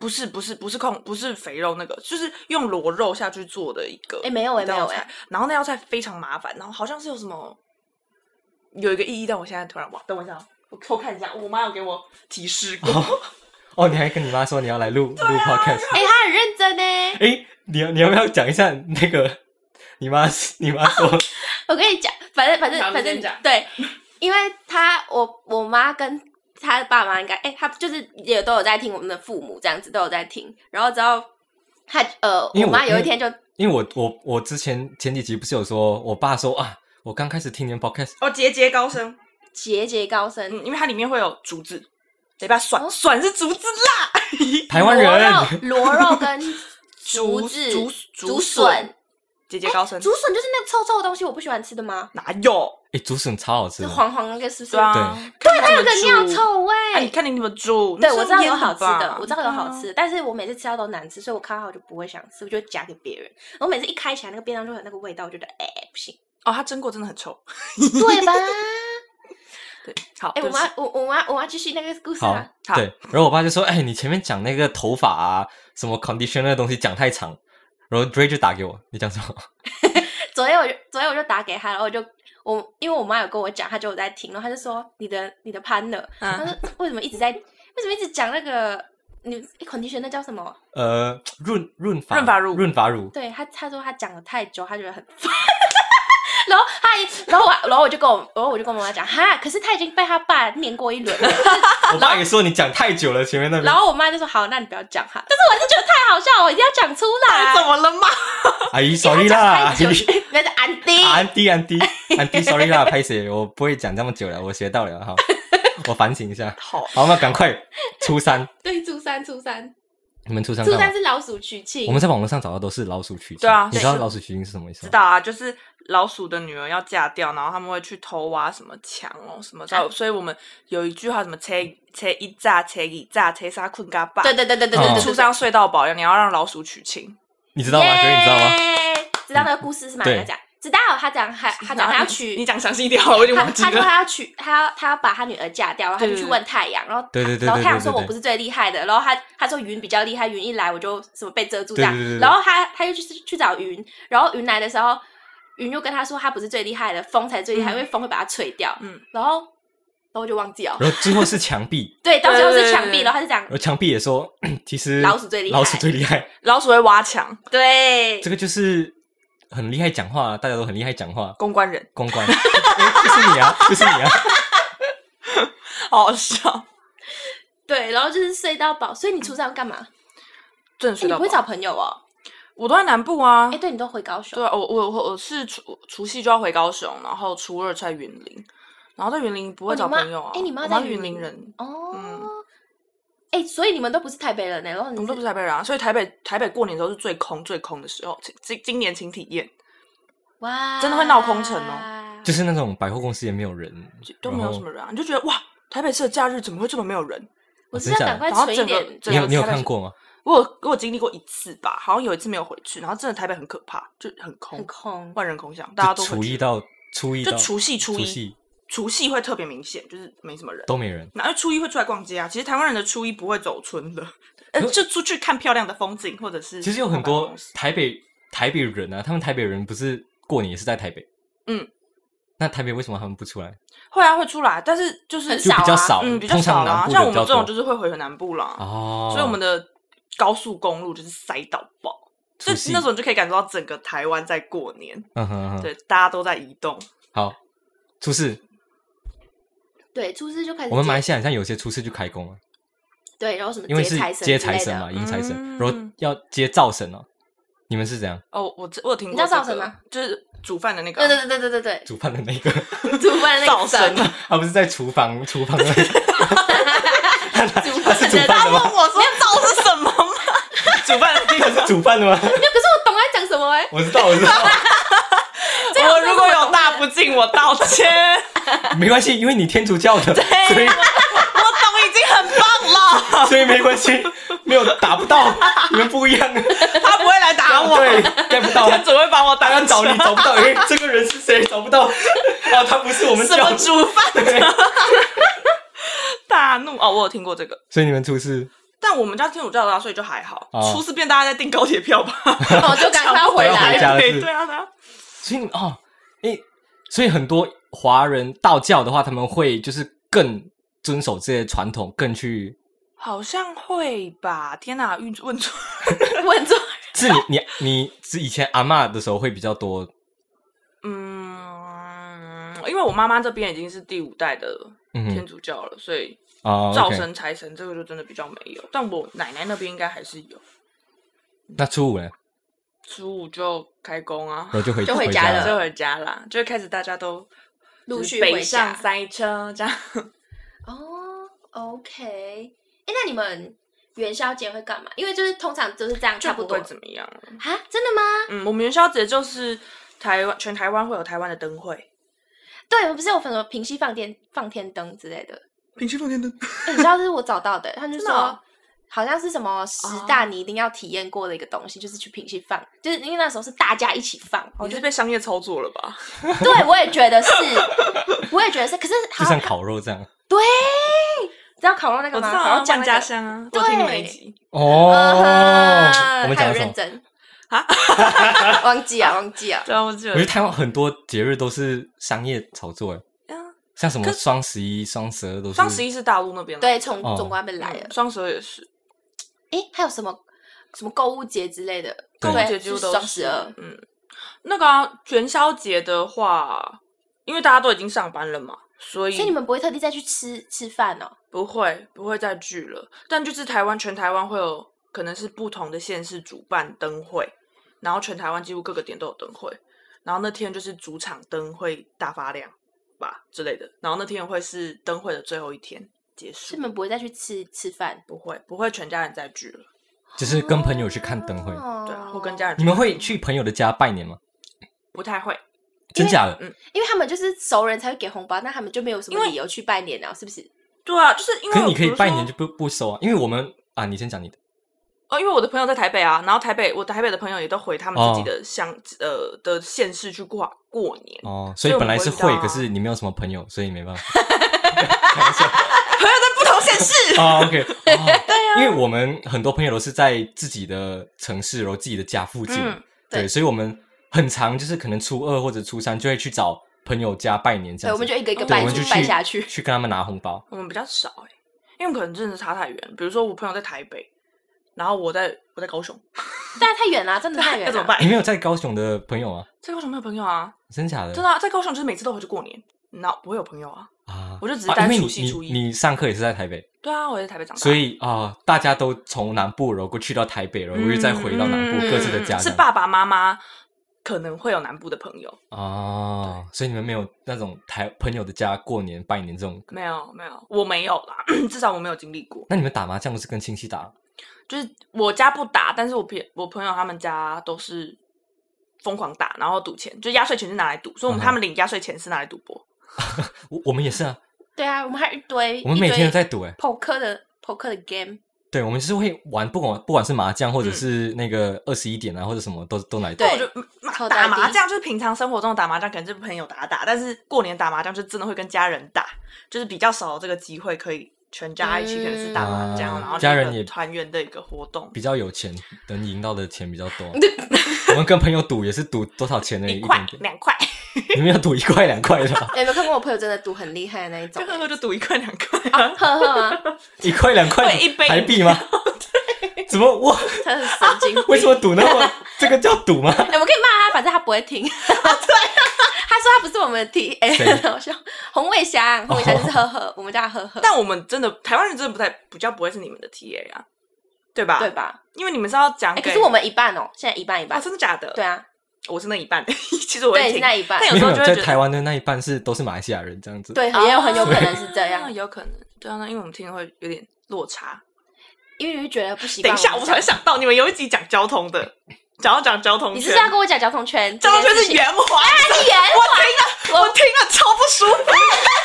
D: 不是不是不是控不是肥肉那个，就是用螺肉下去做的一个。
C: 哎没有哎
D: 一道
C: 没有哎
D: 菜然后那道菜非常麻烦，然后好像是有什么有一个意义，但我现在突然忘。等我一下哦，我偷看一下，我妈有给我提示过。
B: 哦，你还跟你妈说你要来录录 podcast？
C: 哎，他很认真
D: [LAUGHS]
C: 呢。
B: 哎，你要你要不要讲一下那个？你妈你妈说
C: 我跟你讲，反正反正
D: 好你
C: 反
D: 先
C: 正
D: 讲
C: 对，因为他我我妈跟他的爸妈应该，哎、他就是也都有在听我们的父母这样子都有在听，然后之后他呃，
B: 因为
C: 我妈
B: 我
C: 有一天就
B: 因为我我我之前前几集不是有说，我爸说啊，我刚开始听你们 podcast，
D: [LAUGHS] 哦，节节高升，
C: 节节高升，
D: 嗯，因为它里面会有竹子，雷霸蒜，
C: 哦哎
D: 蒜是竹子啦，
B: 台湾人
C: 螺肉螺肉跟 [LAUGHS] 竹
D: [LAUGHS] 竹
C: 子
D: 竹
C: 竹
D: 笋
C: 笋，，
D: 节节高升，
C: 竹笋就是那个臭臭的东西，我不喜欢吃的吗？
D: 哪有？
B: 哎，竹笋超好吃
C: 是
B: 的，
C: 黄黄那个是不是？
D: 对啊，
C: 对，
D: 看
C: 它
D: 你
C: 有
D: 怎
C: 个
D: 么
C: 尿
D: 煮
C: 臭味。
D: 哎，你看你怎么煮？
C: 对，
D: 那是
C: 我知道有
D: 腌
C: 好吃的
D: 吧，啊
C: 我知道有好。
D: 对
C: 吃，但是我每次吃到都难吃，所以我看到就不会想吃，我就夹给别人。我每次一开起来，那个便当就有那个味道，我觉得哎、不行，
D: 啊哦，它蒸过真的很臭。 [LAUGHS]
C: 对吧？
D: 对，好，
C: [LAUGHS] 哎、
D: 对
C: 我
D: 不
C: 们
D: 起 [LAUGHS]
C: 要我我们要我们要继续那个故事
B: 好
C: 啊。
D: 好
B: 对，然后我爸就说，哎，你前面讲那个头发啊，什么 conditioner 的东西讲太长，然后 Dray 就打给我，你讲什么？
C: 昨天我就昨天我就打给他，然后我就我因为我妈有跟我讲，她就有在听，然后她就说你的你的 partner，她
D: 嗯，
C: 说为什么一直在为什么一直讲那个你 condition 那叫什么？
B: 呃，润润发
D: 润发乳
B: 润发
C: [LAUGHS]
B: 乳，
C: 对他，他说他讲了太久，他觉得很烦。 [LAUGHS] 然后他一，然后我，然后我就跟我，然后我就跟我妈讲，哈，可是他已经被他爸念过一轮了。 [LAUGHS]
B: 我爸也说你讲太久了，前面那边
C: 然后我妈就说，好，那你不要讲哈。但是我就觉得太好笑了，我一定要讲出来。
D: 怎么了嘛？
B: 阿姨哎 sorry 啦，阿
C: 太久
B: 姨。
C: [LAUGHS] 了，那是安迪。
B: [LAUGHS] 安迪安
C: [LAUGHS]
B: 迪安迪，sorry 啦，拍谁？我不会讲这么久了，我学到了
C: [LAUGHS]
B: 哈，我反省一下。
D: 好，
B: 好，那赶快初三，
C: 对，初三，初三，
B: 你们初三
C: 初
B: 干嘛
C: 三？是老鼠娶亲。
B: 我们在网络上找到都是老鼠娶亲，
D: 对啊
B: 你知道
D: 对
B: 老鼠娶亲是什么意思
D: 知
B: 吗？
D: 道啊，就是老鼠的女儿要嫁掉，然后他们会去偷挖什么墙哦，什么
C: 啊
D: 的。所以我们有一句话，什么“车车一炸，车一炸，车杀困嘎巴”，
C: 对对对对对对
B: 哦
C: 对，
D: 出生睡到饱，你要让老鼠娶亲。
B: 你知道吗？哥，你知道吗？
C: 耶知道那个故事是吗？
B: 对
C: 他讲，知道他讲，还
D: [LAUGHS]
C: 他讲他要娶
D: 你讲详细一点好了，我已经
C: 他
D: 忘记
C: 他说
D: 了。
C: 他要娶，他要他要把他女儿嫁掉，然后他就去问太阳，然后
B: 对对对
C: 然后
B: 对
C: 太阳
B: 对
C: 说
B: 对
C: 我不
B: 对
C: 是最厉害的，然后他他说云比较厉害，云一来我就什么被遮住这样
B: 对对对，对
C: 然后他他又去去找云，然后云来的时候，云又跟他说他不是最厉害的，风才是最厉害，
D: 嗯
C: 因为风会把他吹掉，
D: 嗯
C: 然后然后我就忘记哦，
B: 然后最后是墙壁，
C: 对，到最后
D: 对对
C: 是
D: 对
C: 墙
D: 对
C: 壁，
D: 对
C: 然后他就讲
B: 然后墙壁也说， [CLEARS THROAT] 其实
C: 老鼠最厉害
B: 老鼠最厉
D: [LAUGHS]
B: 害，
D: 老鼠会挖墙，
C: 对
B: 这，个就是很厉害讲话，大家都很厉害讲话，
D: 公
C: [LAUGHS]
D: 关人，
B: 公
D: [LAUGHS]
B: 关，哎就是你啊，就是你啊， [LAUGHS]
D: 好好笑。
C: 对，然后就是睡到饱，所以你初三要干嘛？
D: 真的
C: 哎
D: 嗯睡
C: 你
D: 到
C: 不
D: 饱
C: 会。找朋友哦？
D: 我都在南部啊
C: 哎，。对你都回高雄
D: 对，啊，我我我我是除除夕就要回高雄，然后初二在云林，然后在云林不会
C: 哦
D: 找
C: 你妈
D: 朋友啊。
C: 哎你妈
D: 我
C: 在
D: 是
C: 云
D: 云
C: 林
D: 林人，
C: 哦
D: 嗯。
C: 哎、所以你们都不是台北人呢、欸然后你
D: 我们都不
C: 是
D: 是台北人啊，所以台北台北过年的时候是最空最空的时候。请今今年请体验，
C: 哇，
D: 真的会闹空城
C: 哦
B: 就是那种百货公司也没有人
D: 就，都没有
B: 然后
D: 什么人啊，你就觉得哇，台北市的假日怎么会这么没有人？
C: 我是
B: 真
C: 要
B: 假的
C: 赶快
D: 然后
C: 存一
D: 整个
C: 点，
D: 整
B: 你
D: 个
B: 有你有
D: 台北
B: 看
D: 市
B: 过吗？
D: 我有我有经历过一次吧，好像有一次没有回去，然后真的台北很可怕，就很空，
C: 很空。
D: 万人空巷，大家都
B: 就
D: 回
B: 厨
D: 去
B: 艺到初一
D: 就
B: 到
D: 除夕初一
B: 除夕
D: 除夕会特别明显，就是没什么人。
B: 都没人。
D: 然后初一会出来逛街啊。其实台湾人的初一不会走村的，呃，
B: 可
D: 就出去看漂亮的风景，或者是
B: 其实有很
D: 逛百货
B: 多
D: 公司
B: 台北台北人啊，他们台北人不是过年也是在台北，
D: 嗯，
B: 那台北为什么他们不出来？
D: 会啊会出来，但是就是
C: 很
B: 就
C: 少
B: 比较
C: 啊
B: 少，
D: 嗯比较
B: 通
D: 少
B: 常
D: 啦、
B: 南部
D: 像
B: 的
D: 我
B: 比较
D: 们这种
B: 多
D: 就是会回南部啦，
B: 哦，
D: 所以我们的高速公路就是塞到爆。就
B: 除夕
D: 那时候你就可以感受到整个台湾在过年，
B: 嗯哼嗯哼，
D: 对，大家都在移动。
B: 好，初四
C: 对，初四就开始接。
B: 我们马来西亚好像有些初四就开工了，
C: 对，然后什么
B: 因为
C: 接
B: 是
C: 财神
B: 接
C: 之
B: 财
C: 类
B: 神
C: 的
B: 嘛，迎财神，
D: 嗯
B: 然后要接灶神哦。你们是怎样
D: 哦，我这我有听过、
C: 你
D: 这
C: 知
D: 个，
C: 道灶神吗
D: 就是煮饭的那个
C: 对对对对对对
B: 煮饭的那个？ [LAUGHS]
C: 对，主办那
D: 灶
C: 个
D: 神
C: 神，
D: 啊。
B: 他不是在厨房， [LAUGHS] 厨房的那个
C: 主
B: 他是煮
C: 办的。
B: 饭
D: 他
B: 的
D: 问
B: 吗？
D: 我说灶是什么吗？ [LAUGHS] [LAUGHS] 煮饭的那
B: 他
D: 个
B: 是 [LAUGHS] 煮饭的吗？
C: 没有，可是我懂在讲什么
B: [LAUGHS]
C: 哎、
B: 我知道，我知道。
D: 我如果有大不敬，我道歉。
B: 没关系，因为你天主教的，
D: 啊
B: 所以
D: [LAUGHS] 我懂已经很棒
B: [LAUGHS]
D: 了，
B: 所以没关系，没有打不到，你们不一样，
D: 他不会来打我，
B: 对，get 不到，
D: 他只会把我
B: 大
D: 打
B: 家找
D: [LAUGHS]
B: 你
D: 成
B: 找不到，哎，这个人是谁？找不到，哦，他不是我们
D: 什么
B: 教，
D: 煮饭
B: 对，
D: 大怒哦，我有听过这个。
B: 所以你们出事，
D: 但我们家天主教的啊，所以就还好。
B: 哦
D: 初四变大家在订高铁票吧，
C: 哦就赶快
D: 抢不
C: 回
B: 来
D: 来
B: 回家
D: 对
B: 是
D: 对啊，对啊。
B: 所以你哦，哎，所以很多华人道教的话，他们会就是更遵守这些传统，更去。
D: 好像会吧？天哪，运问错， [LAUGHS]
C: 欸，问错。
B: 是你你你是以前阿嬷的时候会比较多，
D: 嗯，因为我妈妈这边已经是第五代的天
B: 嗯
D: 主教了，所以
B: 哦，
D: 灶
B: OK
D: 神、财神这个就真的比较没有。但我奶奶那边应该还是有。
B: 那初五呢，
D: 初五就开工啊
B: 然，后就回
C: 就回
B: 回
C: 家
B: 了
C: 了
D: 就回家啦，就开始大家都
C: 陆
D: 就是
C: 续
D: 北
C: 回
D: 上
C: 家
D: 塞车这样。
C: 哦，OK，哎、那你们元宵节会干嘛？因为就是通常就是这样，
D: 就
C: 差不
D: 不
C: 多
D: 会怎么样了。
C: 啊？真的吗？
D: 嗯，我们元宵节就是台湾全台湾会有台湾的灯会，
C: 对，我不是有什么平息放天放天灯之类的、
D: 平时放天灯。
C: 欸你知道这是我找到的，他们就
D: 真的哦
C: 说。好像是什么十大你一定要体验过的一个东西，就是去平息放，就是因为那时候是大家一起放，我
D: 我
C: 觉得
D: 就哦是被商业操作了吧？
C: 对我也
B: [LAUGHS]
C: 觉得是，我也觉得是，可是
B: 就
C: 好
B: 像
C: 像
B: 烤肉这样。
C: 对，知道烤肉那
D: 我
C: 个
D: 知
C: 吗？
D: 道
C: 烤
D: 啊，
C: 肉酱
D: 万
C: 那个
D: 家香啊，
C: 对
D: 我听你们一集。
B: 哦
C: 啊，哈
B: 我们
C: 还
B: 讲
C: 有
B: 什
C: 认
B: 么？
C: 真
D: 啊，
C: [LAUGHS] 忘记啊，忘记啊，
D: 对啊，我记 [LAUGHS] 得
B: 我觉得。台湾很多节日都是商业炒作，哎，
D: 啊
B: 像什么
D: 可是
B: 双十一、双十二都是。
D: 双十一是大陆那边来的
C: 对，从
B: 哦
C: 中国那边来的
D: 嗯。双十二也是，
C: 诶，还有什么什么购物节之类的？
B: 购物
C: 对
D: 节
C: 就
D: 几乎
C: 是
D: 都
C: 双
D: 是
C: 十二，
D: 嗯，那个啊，元宵节的话，因为大家都已经上班了嘛，所以
C: 所以你们不会特地再去吃吃饭哦？
D: 不会，不会再聚了。但就是台湾，全台湾会有可能是不同的县市主办灯会，然后全台湾几乎各个点都有灯会。然后那天就是主场灯会大发亮吧之类的。然后那天会是灯会的最后一天结
C: 所
D: 束
C: 以你，们不会再去吃吃饭？
D: 不会不会全家人再聚了。
B: 就是跟朋友去看灯会。
C: 哦
D: 对啊，或跟家
C: 人，
D: 人
B: 你们会去朋友的家拜年吗？
D: 不太会，
B: 真假的？
C: 因为他们就是熟人才会给红包，那他们就没有什
D: 因
C: 么
D: 为
C: 理由去拜年啊，是不是？
D: 对啊，就是因为
B: 可是你可
D: 比
B: 以
D: 如
B: 拜
D: 说
B: 年就不不收啊，因为我们啊，你先讲你的。
D: 哦，因为我的朋友在台北啊，然后台北我台北的朋友也都回他们自己
B: 哦
D: 的乡、呃的县市去过过年。
B: 哦，
D: 所
B: 所
D: 以
B: 以
D: 我
B: 本来是
D: 不
B: 会
D: 知道，啊
B: 可是你没有什么朋友，所以没办法。
D: 朋友在不
B: [LAUGHS]
D: 同县市，
B: 哦
D: [LAUGHS]
B: OK，哦
D: 啊
B: 因为我们很多朋友都是在自己的城市，然后自己的家附近，
D: 嗯
B: 对，
C: 对
B: 所以我们很常就是可能初二或者初三就会去找朋友家拜年这
C: 对，
B: 样
C: 我
B: 子。
C: 们就一个一个
D: 对
B: 对
C: 拜
B: 我们
D: 出
B: 就
C: 去拜下去。
B: 去跟他们拿红包。
D: 我们比较少哎、因为我们可能真的差太远。比如说我朋友在台北，然后我在我在高
C: [LAUGHS]
D: 雄，
C: 但太远了，真的太远
D: [LAUGHS] 要
C: 了。
D: 怎么办
B: 你？没有在高雄的朋友啊？
D: 在高雄没有朋友啊，
B: 真假的？
D: 真的、啊、在高雄就是每次都回去过年，那不会有朋友啊。
B: 啊！
D: 我就只是
B: 啊
D: 单
B: 因为
D: 除
B: 你
D: 夕
B: 你
D: 初一
B: 你上课也是在台北，
D: 对啊，我也在台北长大，
B: 所以啊、大家都从南部然后去到台北，然后又再回到南部、
D: 嗯
B: 各自的家
D: 是
B: 这样
D: 爸爸妈妈可能会有南部的朋友，
B: 哦，所以你们没有那种台朋友的家过年拜年这种。
D: 没有没有，我没有啦， [CLEARS THROAT] 至少我没有经历过。
B: 那你们打麻将都是跟亲戚打？
D: 就是我家不打，但是我朋我朋友他们家都是疯狂打，然后赌钱，就压岁钱是拿来赌，所以我们、
B: 嗯哼
D: 他们领压岁钱是拿来赌博。
B: 我我们也是啊，
C: 对啊，我们还有一堆，
B: 我们每天都在
C: 一堆
B: 赌哎、
C: poker 的 poker 的 game，
B: 对，我们是会玩，不管不管是麻将，或者
D: 嗯
B: 是那个二十一点啊，或者什么，都都来打。
D: 但我
C: 对
D: 觉得麻
C: 超
D: 打
C: 淡定
D: 麻将就是平常生活中的打麻将，可能就是朋友打打，但是过年打麻将就真的会跟家人打，就是比较少有这个机会可以全家一起，可能是打麻将，
B: 嗯
D: 然后
B: 家人
D: 就是
B: 也
D: 一个团圆的一个活动。
B: 比较有钱，能赢到的钱比较多。我们跟朋友赌也是赌多少钱的
D: [LAUGHS] 一块
B: 点点，
D: 两块，
B: [LAUGHS] 你们要赌一块两块的吗
C: 哎？有没有看过我朋友真的赌很厉害的那一种
D: 就？喝喝就赌一块两
B: [LAUGHS]
D: 块，
C: [LAUGHS] 呵呵啊，
B: 一块两块
D: 对一杯
B: 台币吗？怎么我
C: 他很神经病。
B: 为什么赌那
D: [LAUGHS]
B: 么？这个叫赌吗？
C: 哎、我可以骂他，反正他不会听。 [LAUGHS] 对，啊他说他不是我们的 T，哎、
B: 谁
C: 然后我说洪伟翔，洪伟翔就是呵呵，我们叫他呵呵，
D: 但我们真的台湾人真的不太比较不会是你们的 TA 啊，对吧？
C: 对吧？
D: 因为你们是要讲
C: 哎、
D: 给，
C: 可是我们一半哦，现在一半一
D: 啊，
C: 半。
D: 真的假的？
C: 对，啊，
D: 我是那一半， [LAUGHS] 其实我
C: 对，
D: 也
C: 是
D: 挺
C: 那一半
D: 但。有
B: 没
D: 时
B: 有没
D: 候就
B: 有，
D: 会觉
B: 在
D: 得
B: 台湾的那一半是都是马来西亚人这样子。
C: 对，也有很有可能是这
D: 啊
C: 样，
D: [LAUGHS] 有可能，对啊，那因为我们听了会有点落差。
C: 因为觉得不习惯
D: 等一
C: 们讲。
D: 下，我突然想到，你们有一集讲交通的，想要讲交通
C: 你
D: 圈，
C: 是不是要跟我讲交通圈？
D: 交通圈
C: 这
D: 是
C: 件事情
D: 圆环，
C: 是圆
D: 我听了，我听了超不舒服，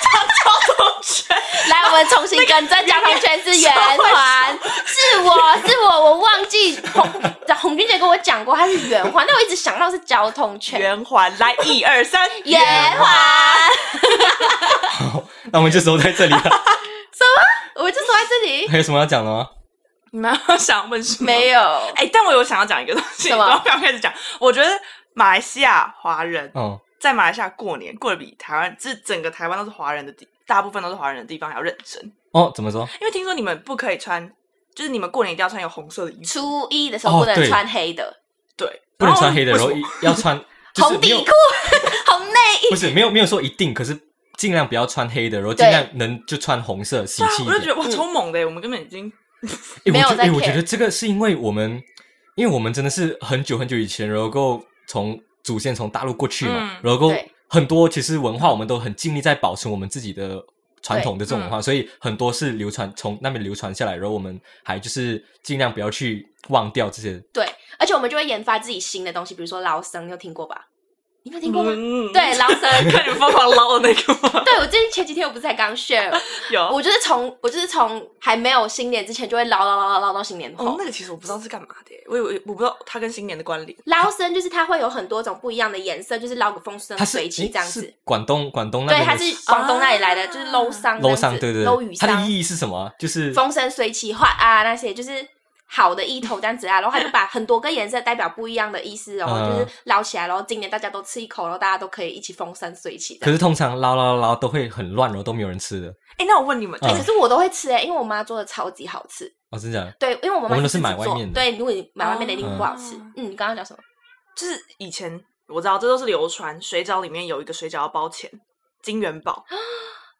D: 讲交
C: [LAUGHS]
D: 通圈，
C: 来，我们重新更正，交通圈是圆环，是我是我，我忘记洪洪俊杰跟我讲过，它是圆环，但我一直想到是交通圈，
D: 圆环，来一二三，
C: 圆环。
B: 那我们就守在这里了。
C: 我就坐在这里，
B: [LAUGHS] 还有什么要讲的吗？
D: 你们要想问什么？
C: 没有，
D: 哎、但我有想要讲一个东西，
C: 什
D: 然
C: 么
D: [LAUGHS] 后不要开始讲。我觉得马来西亚华人
B: 嗯，
D: 在马来西亚过年过得比台湾，这整个台湾都是华人的地，大部分都是华人的地方还要认真，
B: 哦，怎么说？
D: 因为听说你们不可以穿，就是你们过年一定要穿有红色的衣服，
C: 初一的时候
B: 哦
C: 不能
B: 对
C: 穿黑的，
D: 对，
B: 不能穿黑的，
D: 为
B: 然
D: 什
B: 后
D: 么
B: 一要穿哦就是
C: 红底
B: 没有
C: 裤、 [LAUGHS] 红内衣。
B: 不是没有没有说一定，可是尽量不要穿黑的，然后
C: 对
B: 尽量能就穿红色喜
D: 对啊
B: 气，一
D: [LAUGHS] 我就觉
B: 点。
D: 得
C: 嗯
D: 哇，超猛的耶，我们根本已经
B: 诶
C: 没有
B: 我觉得
C: 在
B: 诶我觉
C: care
B: 得这个是因为我们，因为我们真的是很久很久以前，然后够从祖先从大陆过去嘛
D: 嗯，
B: 然后够
C: 对
B: 很多其实文化我们都很尽力在保存我们自己的。传统的这种文化，所以很多是流传从那边流传下来，然后我们还就是尽量不要去忘掉这些。
C: 对，而且我们就会研发自己新的东西，比如说劳森，你有听过吧？你没有听过吗？
D: 嗯
C: 对，
D: [LAUGHS]
C: 劳森。
D: 看你们疯狂捞的那个吗？
C: 对，我最近前几天我不是才刚学，
D: 有，
C: [LAUGHS] 我就是从我就是从还没有新年之前就会捞捞捞捞捞到新年
D: 哦
C: 后，。
D: 那个其实我不知道是干嘛的耶，我以为我不知道它跟新年的关联。
C: 捞生就是它会有很多种不一样的颜色，就是捞个风生
B: 它是
C: 水起
B: 诶
C: 这样
B: 是
C: 子。
B: 广东广东那
C: 对，
B: 边
C: 它
B: 的
C: 是广东那里来的，
D: 啊
C: 就是捞桑
B: 楼
C: 这样子，
B: 上，对对
C: 捞雨
B: 对，它
C: 桑。
B: 的意义是什么啊？就是
C: 风生水起、画啊那些，就是好的意头这样子啊。然后他就把很多个颜色代表不一样的意思哦，
B: 嗯
C: 就是捞起来，然后今年大家都吃一口，然后大家都可以一起风生水起
B: 可
C: 这样。
B: 是通常捞捞捞都会很乱，然后都没有人吃的。
D: 哎，那我问你们，
B: 嗯
C: 哎、可是我都会吃哎、因为我妈做的超级好吃。
B: 哦，真的假的？
C: 对，因为我妈妈
B: 我们都
C: 自
B: 是
C: 己
B: 买外
C: 做
B: 面的
C: 对，如果你买外面的一定
B: 哦
C: 不好吃。嗯，你刚刚讲什么？
D: 就是以前我知道这都是流传，水饺里面有一个水饺要包钱，金元宝。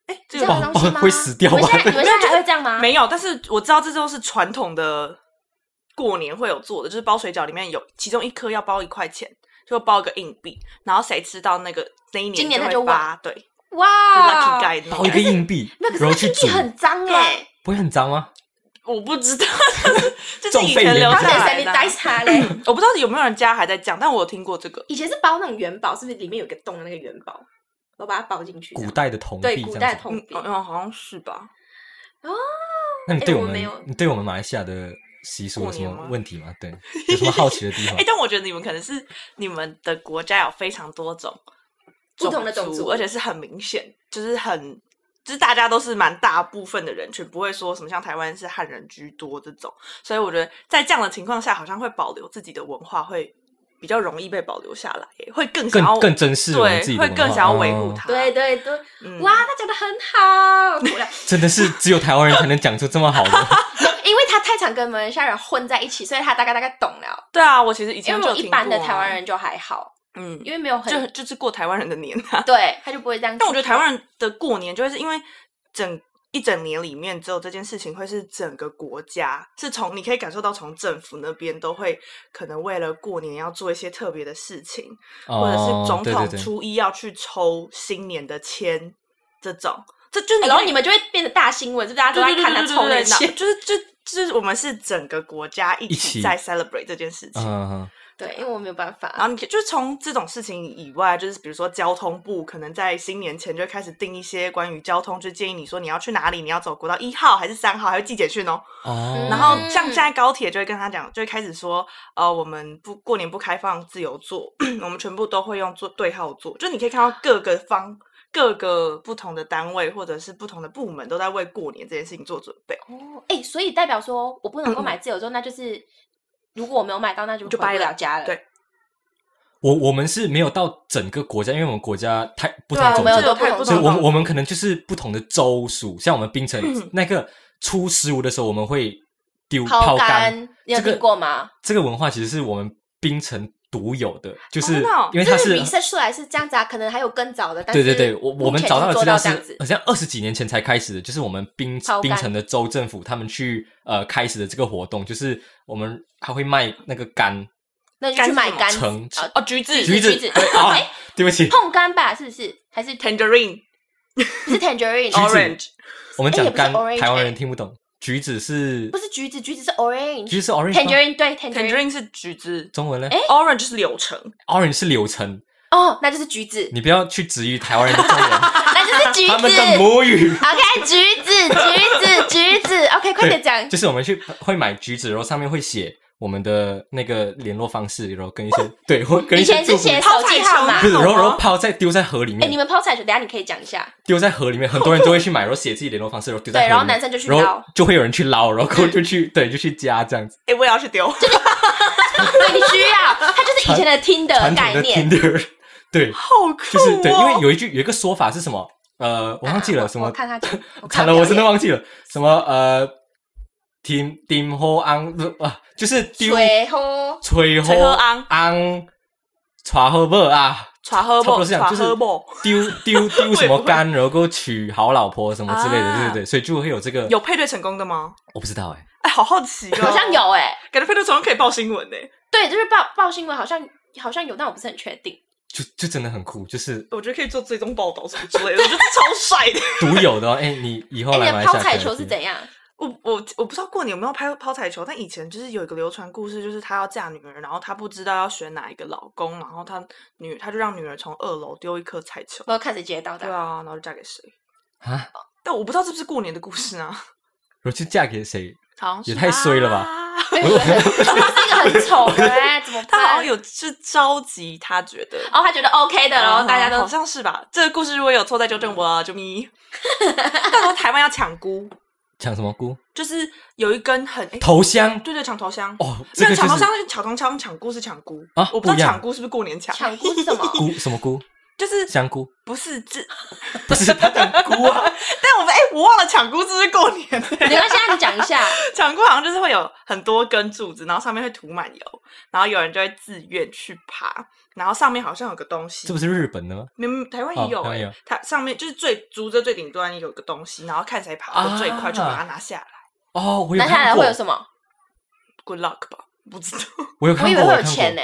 D: 哎，这
C: 有啊这
D: 个
C: 样
B: 哇
C: 的东西
B: 哇
C: 吗？
B: 哦会死掉
C: 你们
B: 吧
C: 现在你们现在还会这样吗？
D: 没有，但是我知道这都是传统的过年会有做的，就是包水饺里面有其中一颗要包一块钱，就包一个硬币，然后谁吃到那个那一
C: 今年
D: 年
C: 他
D: 会
C: 就啊
D: 发，对，就
C: 哇
D: lucky，guy 的那
B: 包一个
D: 个。
B: 硬币
C: 没有，可是
B: 然
C: 那
B: 后去
C: 硬
B: 煮
C: 币，很脏
D: 对啊
C: 哎、
B: 不会很脏吗？
D: 我不
B: [LAUGHS]
D: 知道，这是
B: 种
D: 以
B: 肺
D: 前
B: 炎
D: 留
C: 然
D: 下
C: 后给谁
D: 来
C: 你
D: 的
C: 带
D: 啊。
C: 茶嘞？
D: 我不知道有没有人家还在讲，但我有听过这个。
C: 以前是包那种元宝，是不是里面有一个洞的那个元宝，我把它包进去这样？
B: 古代的铜
C: 对
B: 币
C: 古
B: 这
C: 代
B: 样子。
C: 铜币
D: 嗯，哦，好像是吧？
B: 那你对
C: 哎
B: 我
C: 我没
B: 们
C: 有，
B: 你对我们马来西亚的习俗有
D: 过
B: 什
D: 年
B: 么
D: 吗
B: 问题吗？对，有什么好奇的地方
D: [LAUGHS] 哎、？但我觉得你们可能是你们的国家有非常多种
C: 不同的种族
D: 族，而且是很明显，就是很。就是大家都是蛮大部分的人群，不会说什么像台湾是汉人居多这种，所以我觉得在这样的情况下，好像会保留自己的文化，会比较容易被保留下来，会更想
B: 更
D: 要
B: 更珍视我们自己
D: 对，
B: 的
D: 会
B: 文
D: 更
B: 化
D: 想要维护
B: 哦
D: 它。
C: 对，对对，
D: 嗯
C: 哇，他讲的很好，哭了
B: 真的
D: [LAUGHS]
B: 是只有台湾人才能讲出这么好的。
C: 因为他太常跟马来西亚人混在一起，所以他大概大概懂了。
D: 对啊，我其实以
C: 因
D: 前
C: 为
D: 就
C: 我
D: 有
C: 一
D: 听
C: 般的
D: 过啊
C: 台湾，人就还好，
D: 嗯，
C: 因为没有
D: 就
C: 很
D: 就是过台湾人的年啊，
C: 对，他就不会这样。
D: 但我觉得台湾人的过年就会是因为整一整年里面，只有这件事情会是整个国家是从你可以感受到从政府那边都会可能为了过年要做一些特别的事情， [LAUGHS] 或者
B: 哦
D: 是总
B: 对对
D: 统
B: 对
D: 初一要去抽新年的签这种，这就是
C: 然后你们就会变得大新闻，是不是？大家
D: 都
C: 都在看他
D: 抽
C: 抽那
D: 那
C: 些。
D: 就是就就是我们是整个国家一
B: 一起
D: 起在 celebrate 这件事情，
B: 嗯，嗯嗯
C: 对，因为我没有办
D: 然
C: 法。
D: 后你就从这种事情以外，就是比如说交通部可能在新年前就会开始定一些关于交通，就建议你说你要去哪里，你要走国道一号还是三号，还会寄简讯哦。
B: 哦
D: 然后
C: 嗯
D: 像现在高铁就会跟他讲，就会开始说，呃，我们不过年不开放自由座， [CLEARS THROAT] 我们全部都会用做对号座，就你可以看到各个方。各个不同的单位或者是不同的部门都在为过年这件事情做准备，
C: 哦，哎，所以代表说我不能够买自由座，那就是如果我没有买到，那就
D: 嗯就
C: 回
D: 掰
C: 不
D: 了
C: 了家了。
D: 对
B: 我我们是没有到整个国家，因为我们国家太不
C: 对
B: 同
C: 啊，我
B: 种
C: 们有
B: 族，
D: 这
C: 都
D: 个太不
C: 同
B: 所以
C: 种
B: 我们
D: 种
B: 我们可能就是不同的州属，像我们槟城
D: 嗯
B: 那个初十五的时候，我们会丢
C: 抛
B: 抛竿
C: 竿，你有
B: 这个
C: 听过吗？
B: 这个文化其实是我们槟城独有的，就是
D: 真的哦
B: 因为
C: 这
B: 它是
C: research 出来是这样子啊，可能还有更早的，但
B: 对
C: 是
B: 对对，我我
C: 目
B: 们
C: 前
B: 找到的资
C: 是做
B: 料
C: 到
B: 是
C: 这样子
B: 好。像二十几年前才开始的，就是我们槟
C: 超干
B: 槟城的州政府他们去呃开始的这个活动，就是我们还会卖那个柑
C: 那就去买
D: 干
C: 柑
B: 什
C: 子
B: 么橙
C: 啊
D: 哦，橘子
B: 橘子，
C: 橘子
B: 对啊
C: 哎，
B: 对不起，
C: 碰柑吧，是不是？还是
D: tangerine
C: 是 tangerine？
B: 橘
C: 哦
B: 子
D: orange，
B: 我们讲
C: 哎也不是
B: 柑，
C: orange，
B: 台湾人
C: 哎
B: 听不懂，橘子是
C: 不是橘子，橘子是 orange。
B: 橘子是 orange 吗
C: tangerine 哎对 tangerine
D: tangerine 是橘子
B: 中文呢
D: ，orange 是柳橙，
B: ，orange 是柳橙，
C: 哦，那就是
B: [LAUGHS]
C: 橘子，
B: 你不要去质疑台湾人的中
C: [LAUGHS]
B: 文，
C: 那就是橘
B: 他们的
C: 子。
B: 母语
C: OK，橘子，橘子，橘子。OK，快点讲。
B: 就是我们去会买橘子，然后上面会写我们的那个联络方式，然后跟一些对，会跟一
C: 哦以
B: 些
C: 前
B: 祝
C: 是
B: 福
C: 写
D: 泡
C: 手
D: 菜
C: 机号码
B: 不。是，
D: 好
B: 然后
D: 吗
B: 然后抛在丢在河里
C: 哎，你
B: 面，
C: 们抛彩球，等一下你可以讲一 [LAUGHS] 下。
B: 丢在河里面，很多人都会去买，然后写自己联络方式，然后丢在河里面
C: 对，然后男生就去
B: 然后
C: 捞，
B: 就会有人去捞，然后就去对就去加这样子，
D: 哎，我也要去丢，
C: 对，你需要，它就是以前的啊听的
B: 传统
C: 概
B: 的
C: [LAUGHS] 念。
B: Tinder，对，
D: 好酷
B: 就是对，因为
D: 哦
B: 有一句有一个说法是什么？呃，我忘记
C: 啊
B: 了什
C: [LAUGHS]
B: 么
C: 我，看他
B: [LAUGHS]
C: 讲，
B: 惨了，我真的忘记了什么呃，顶顶后昂不啊，就是丢
C: 水吼，
B: 吹
D: 吹
B: 后
D: 喝昂
B: 昂耍后尾啊，
D: 耍
B: 差
D: 喝
B: 不
D: 不
B: 多是这样，
D: 耍
B: 就是
D: 喝不
B: 丢
C: [LAUGHS]
B: 丢丢什
D: 我
B: 么
D: 也不会
B: 干，然后娶好老婆什么之类的，
D: 啊
B: 对对对，所以就会有这个，
D: 有配对成功的吗？
B: 我不知道哎，
D: 哎，好好奇哦，
C: [LAUGHS] 好像有哎，
D: 感觉配对成功可以报新闻呢。
C: 对，就是报报新闻，好像好像有，但我不是很确定。
B: 就就真的很酷，就是
D: 我觉得可以做追踪报道什么之类 [LAUGHS] 的，我觉得超帅的。
B: 独有的哦。哎， [LAUGHS] 你以后
C: 哎，你
B: 来马来
C: 的
B: 西
C: 抛
B: 亚
C: 彩
B: 可以
C: 球是
B: 去
C: 怎样？
D: 我我我不知道过年有没有拍抛彩球，但以前就是有一个流传故事，就是她要嫁女儿，然后她不知道要选哪一个老公，然后她女她就让女儿从二楼丢一颗彩球，
C: 我要看谁接到
D: 对
C: 的。
D: 啊，然后就嫁给谁。
B: 啊？
D: 但我不知道这不是过年的故事啊，
B: 我去嫁给谁？
D: 好像是啊
B: 也太衰了吧
D: 吧。
C: 我以为 [LAUGHS] 很，是一个很丑
B: [LAUGHS]
C: 的哎，怎么办？
D: [LAUGHS] 他好像有是着急，他觉得
C: 哦，他觉得 OK 的，然后大家
D: 哦好
C: 都
D: 像是吧？这个故事如果有错，再纠正我啊，救
C: [LAUGHS]
D: 命！到时候台湾要抢菇，
B: 抢什么菇？
D: 就是有一根很哎，
B: 头香
D: 对对，抢头香。
B: 哦，
D: 没
B: 这
D: 有
B: 个就
D: 抢头
B: 是
D: 香，抢头香抢菇是抢菇
B: 啊
D: 我不知道
B: 不一样
D: 抢菇是不是过年抢，
C: 抢菇是什么？
B: [LAUGHS] 菇什么菇？
D: 就是
B: 香菇？
D: 不是这，
B: 不是他讲菇啊。 [LAUGHS]
D: 但我们哎、我忘了抢菇是不是过年
C: 没关系，那你讲一下。
D: 抢菇好像就是会有很多根柱子，然后上面会涂满油，然后有人就会自愿去爬，然后上面好像有个东西
B: 这，不是日本的吗？
D: 明明台湾
B: 哦
D: 也有
B: 台湾
D: 哎、
B: 有
D: 它上面就是最竹子最顶端有个东西，然后看谁爬得最快就把它拿下来。
B: 哦， [LAUGHS] 我有
C: 拿下来
B: 看过
C: 会有，什么？
D: Good luck 吧，不知道，
B: 我有
C: 我
B: 看
C: 以
B: 过，
C: 为会
B: 我
C: 有
B: 有看
C: 钱呢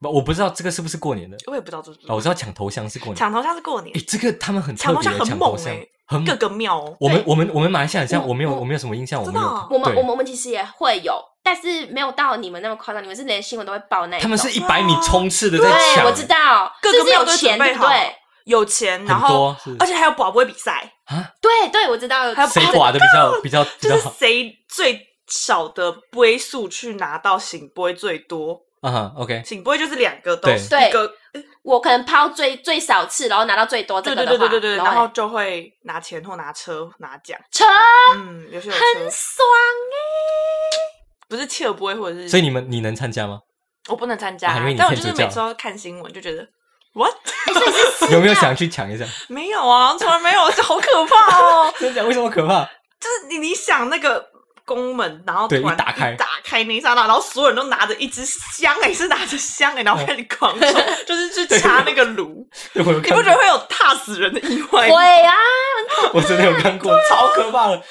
B: 过。。不我不知道这个是不是过年的，
D: [LAUGHS] 我也不知道这是不是
B: 哦我知道抢头香是过年。
D: 抢头像是过年
B: 诶，，这个他们很特
D: 抢头
B: 别
D: 像
B: 的，
D: 很
B: 抢
D: 猛
B: 头香
D: 哎、
B: 很
D: 各个庙哦。
B: 我们
C: 对
B: 我们我们马来西亚很像，
C: 我
B: 我没有
C: 我
B: 我没有什么印象，我
D: 真
B: 没
D: 的
B: 有
D: 哦
B: 看。
C: 我们
B: 对
C: 我们我们其实也会有，但是没有到你们那么夸张。你们是连新闻都会报那一
B: 他
C: 种。
B: 们是一百米冲刺的在
C: 对，
B: 抢，
C: 我知道，
D: 各
C: 是
D: 个
C: 不是
D: 庙
C: 有
D: 都
C: 钱
D: 准
C: 对
D: 备
C: 不
D: 好
C: 对？，
D: 有钱，然
B: 很
D: 后
B: 多是
D: 而且还有保卫比
B: [LAUGHS]
D: 赛，
B: 啊，
C: 对对，我知道。
D: 还有
B: 谁
D: 哦
B: 滑的比较比较比
D: 就
B: 较
D: 是
B: 好
D: 谁最少的杯数去拿到醒杯最多，
B: 啊哈？OK，
D: 醒杯就是两个都
B: 对
D: 是
C: 对
D: 一个，
C: 我可能抛最最少次，然后拿到最多这
D: 对
C: 个
D: 对
C: 的
D: 对
C: 话，
D: 对对对，然后啊
C: 后
D: 就会拿钱或拿车拿奖，
C: 车
D: 嗯，有些有
C: 很
D: 车，
C: 爽
D: 不是切尔杯或者是，
B: 所以你们你能参加吗？
D: 我不能参
B: 啊
D: 加
B: 还以为，你
D: 但我
B: 天
D: 就是
B: 主
D: 每
B: 教
D: 次都看新闻就觉得 what [LAUGHS]
C: 哎，所以是私
B: 有没有
C: 教
B: 想去抢一下？
D: 没有啊，从来没有，这好可怕哦，
B: 真的假的？为什么可怕？
D: 就是你你想那个。宫门，然后突
B: 对
D: 然
B: 一打开
D: 打开那一刹那，然后所有人都拿着一支香、哎，是拿着香、哎，然后开始狂抽，就是去插那个炉。
B: 对哦我有
D: 你
B: 看
D: 不
B: 过
D: 觉得会有踏死人的意外吗？
C: 会啊！
B: 我真的有看
D: 啊
B: 过，超可怕的，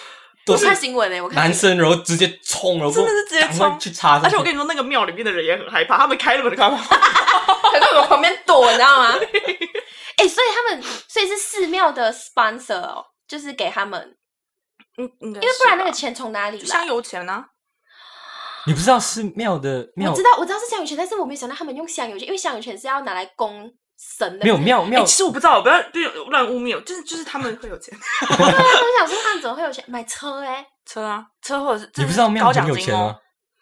B: 都
C: 我
B: 是
C: 看新闻欸呢，我看
B: 男生，然后直接冲，然后
D: 真的是直接
B: 赶快
D: 冲
B: 去插上去，
D: 而且我跟你说，那个庙里面的人也很害怕，他们开了门就开跑。
C: 他在我旁边躲，你知道吗？ [LAUGHS] 哎，所以他们，所以是寺庙的 sponsor 哦，就是给他们，
D: 嗯，因
C: 因为不然那个钱从哪里
D: 就
C: 来
D: 香？油钱呢、
B: 你不知道寺庙的庙
C: 我知道我知道是香油钱，但是我没有想到他们用香油钱，因为香油钱是要拿来供神的。
B: 没有庙庙
D: 哎，其实我不知道，我不要不要乱污蔑，就是就是他们会有钱
C: 对啊，我想说他们怎么会有钱买车哎、
D: [LAUGHS] 车啊，车或者是
B: 你不知道庙
D: 高
B: 很
D: 奖
B: 有
D: 金
B: 钱
D: 哦
B: 吗？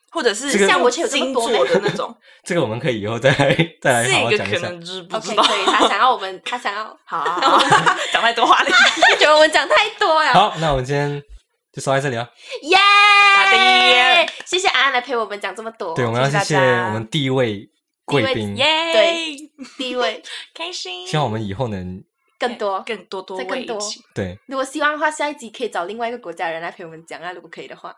D: 或者是
B: 这个
D: 用
C: 像我钱有这
D: 金
C: 么多
D: 做
C: 吗
D: 的那种，
B: 这个我们可以以后再来再 [LAUGHS] 来
D: 是
B: 好好
D: 一个
B: 讲一
D: 可
B: 下。
D: 能就是不知
C: OK，
D: 道。
C: 可以，他想要我们，他想要， [LAUGHS]
D: 好好，好讲太多话了。
C: 就觉得我们讲太多了。
B: [LAUGHS] 好，那我们今天就说到这里啊。
C: 耶
D: 的！
C: 谢谢安安来陪我们讲这么多。
B: 对，我们要
D: 谢谢
B: 谢
D: 大
B: 谢
D: 家
B: 我们第一位贵
C: 第一位
B: 宾，
D: 耶，
C: 对，第一位
D: 开心。
B: 希望我们以后能
C: 更
D: [LAUGHS]
C: 多。
D: 更多多
C: 再更
D: 位一
C: 多 [LAUGHS]
D: 起
B: 对。
C: 如果希望的话，下一集可以找另外一个国家的人来陪我们讲啊，如果可以的
D: [LAUGHS]
C: 话。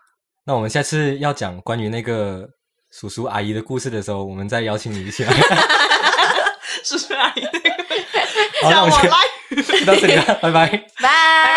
B: 那我们下次要讲关于那个叔叔阿姨的故事的时候，我们再邀请你
D: [LAUGHS]
B: 一起来。
D: 叔叔阿姨那个，
B: [LAUGHS] 好，那我
D: 让
B: 们
D: 我来。
B: 就到这里了，拜拜。
C: [LAUGHS] 拜。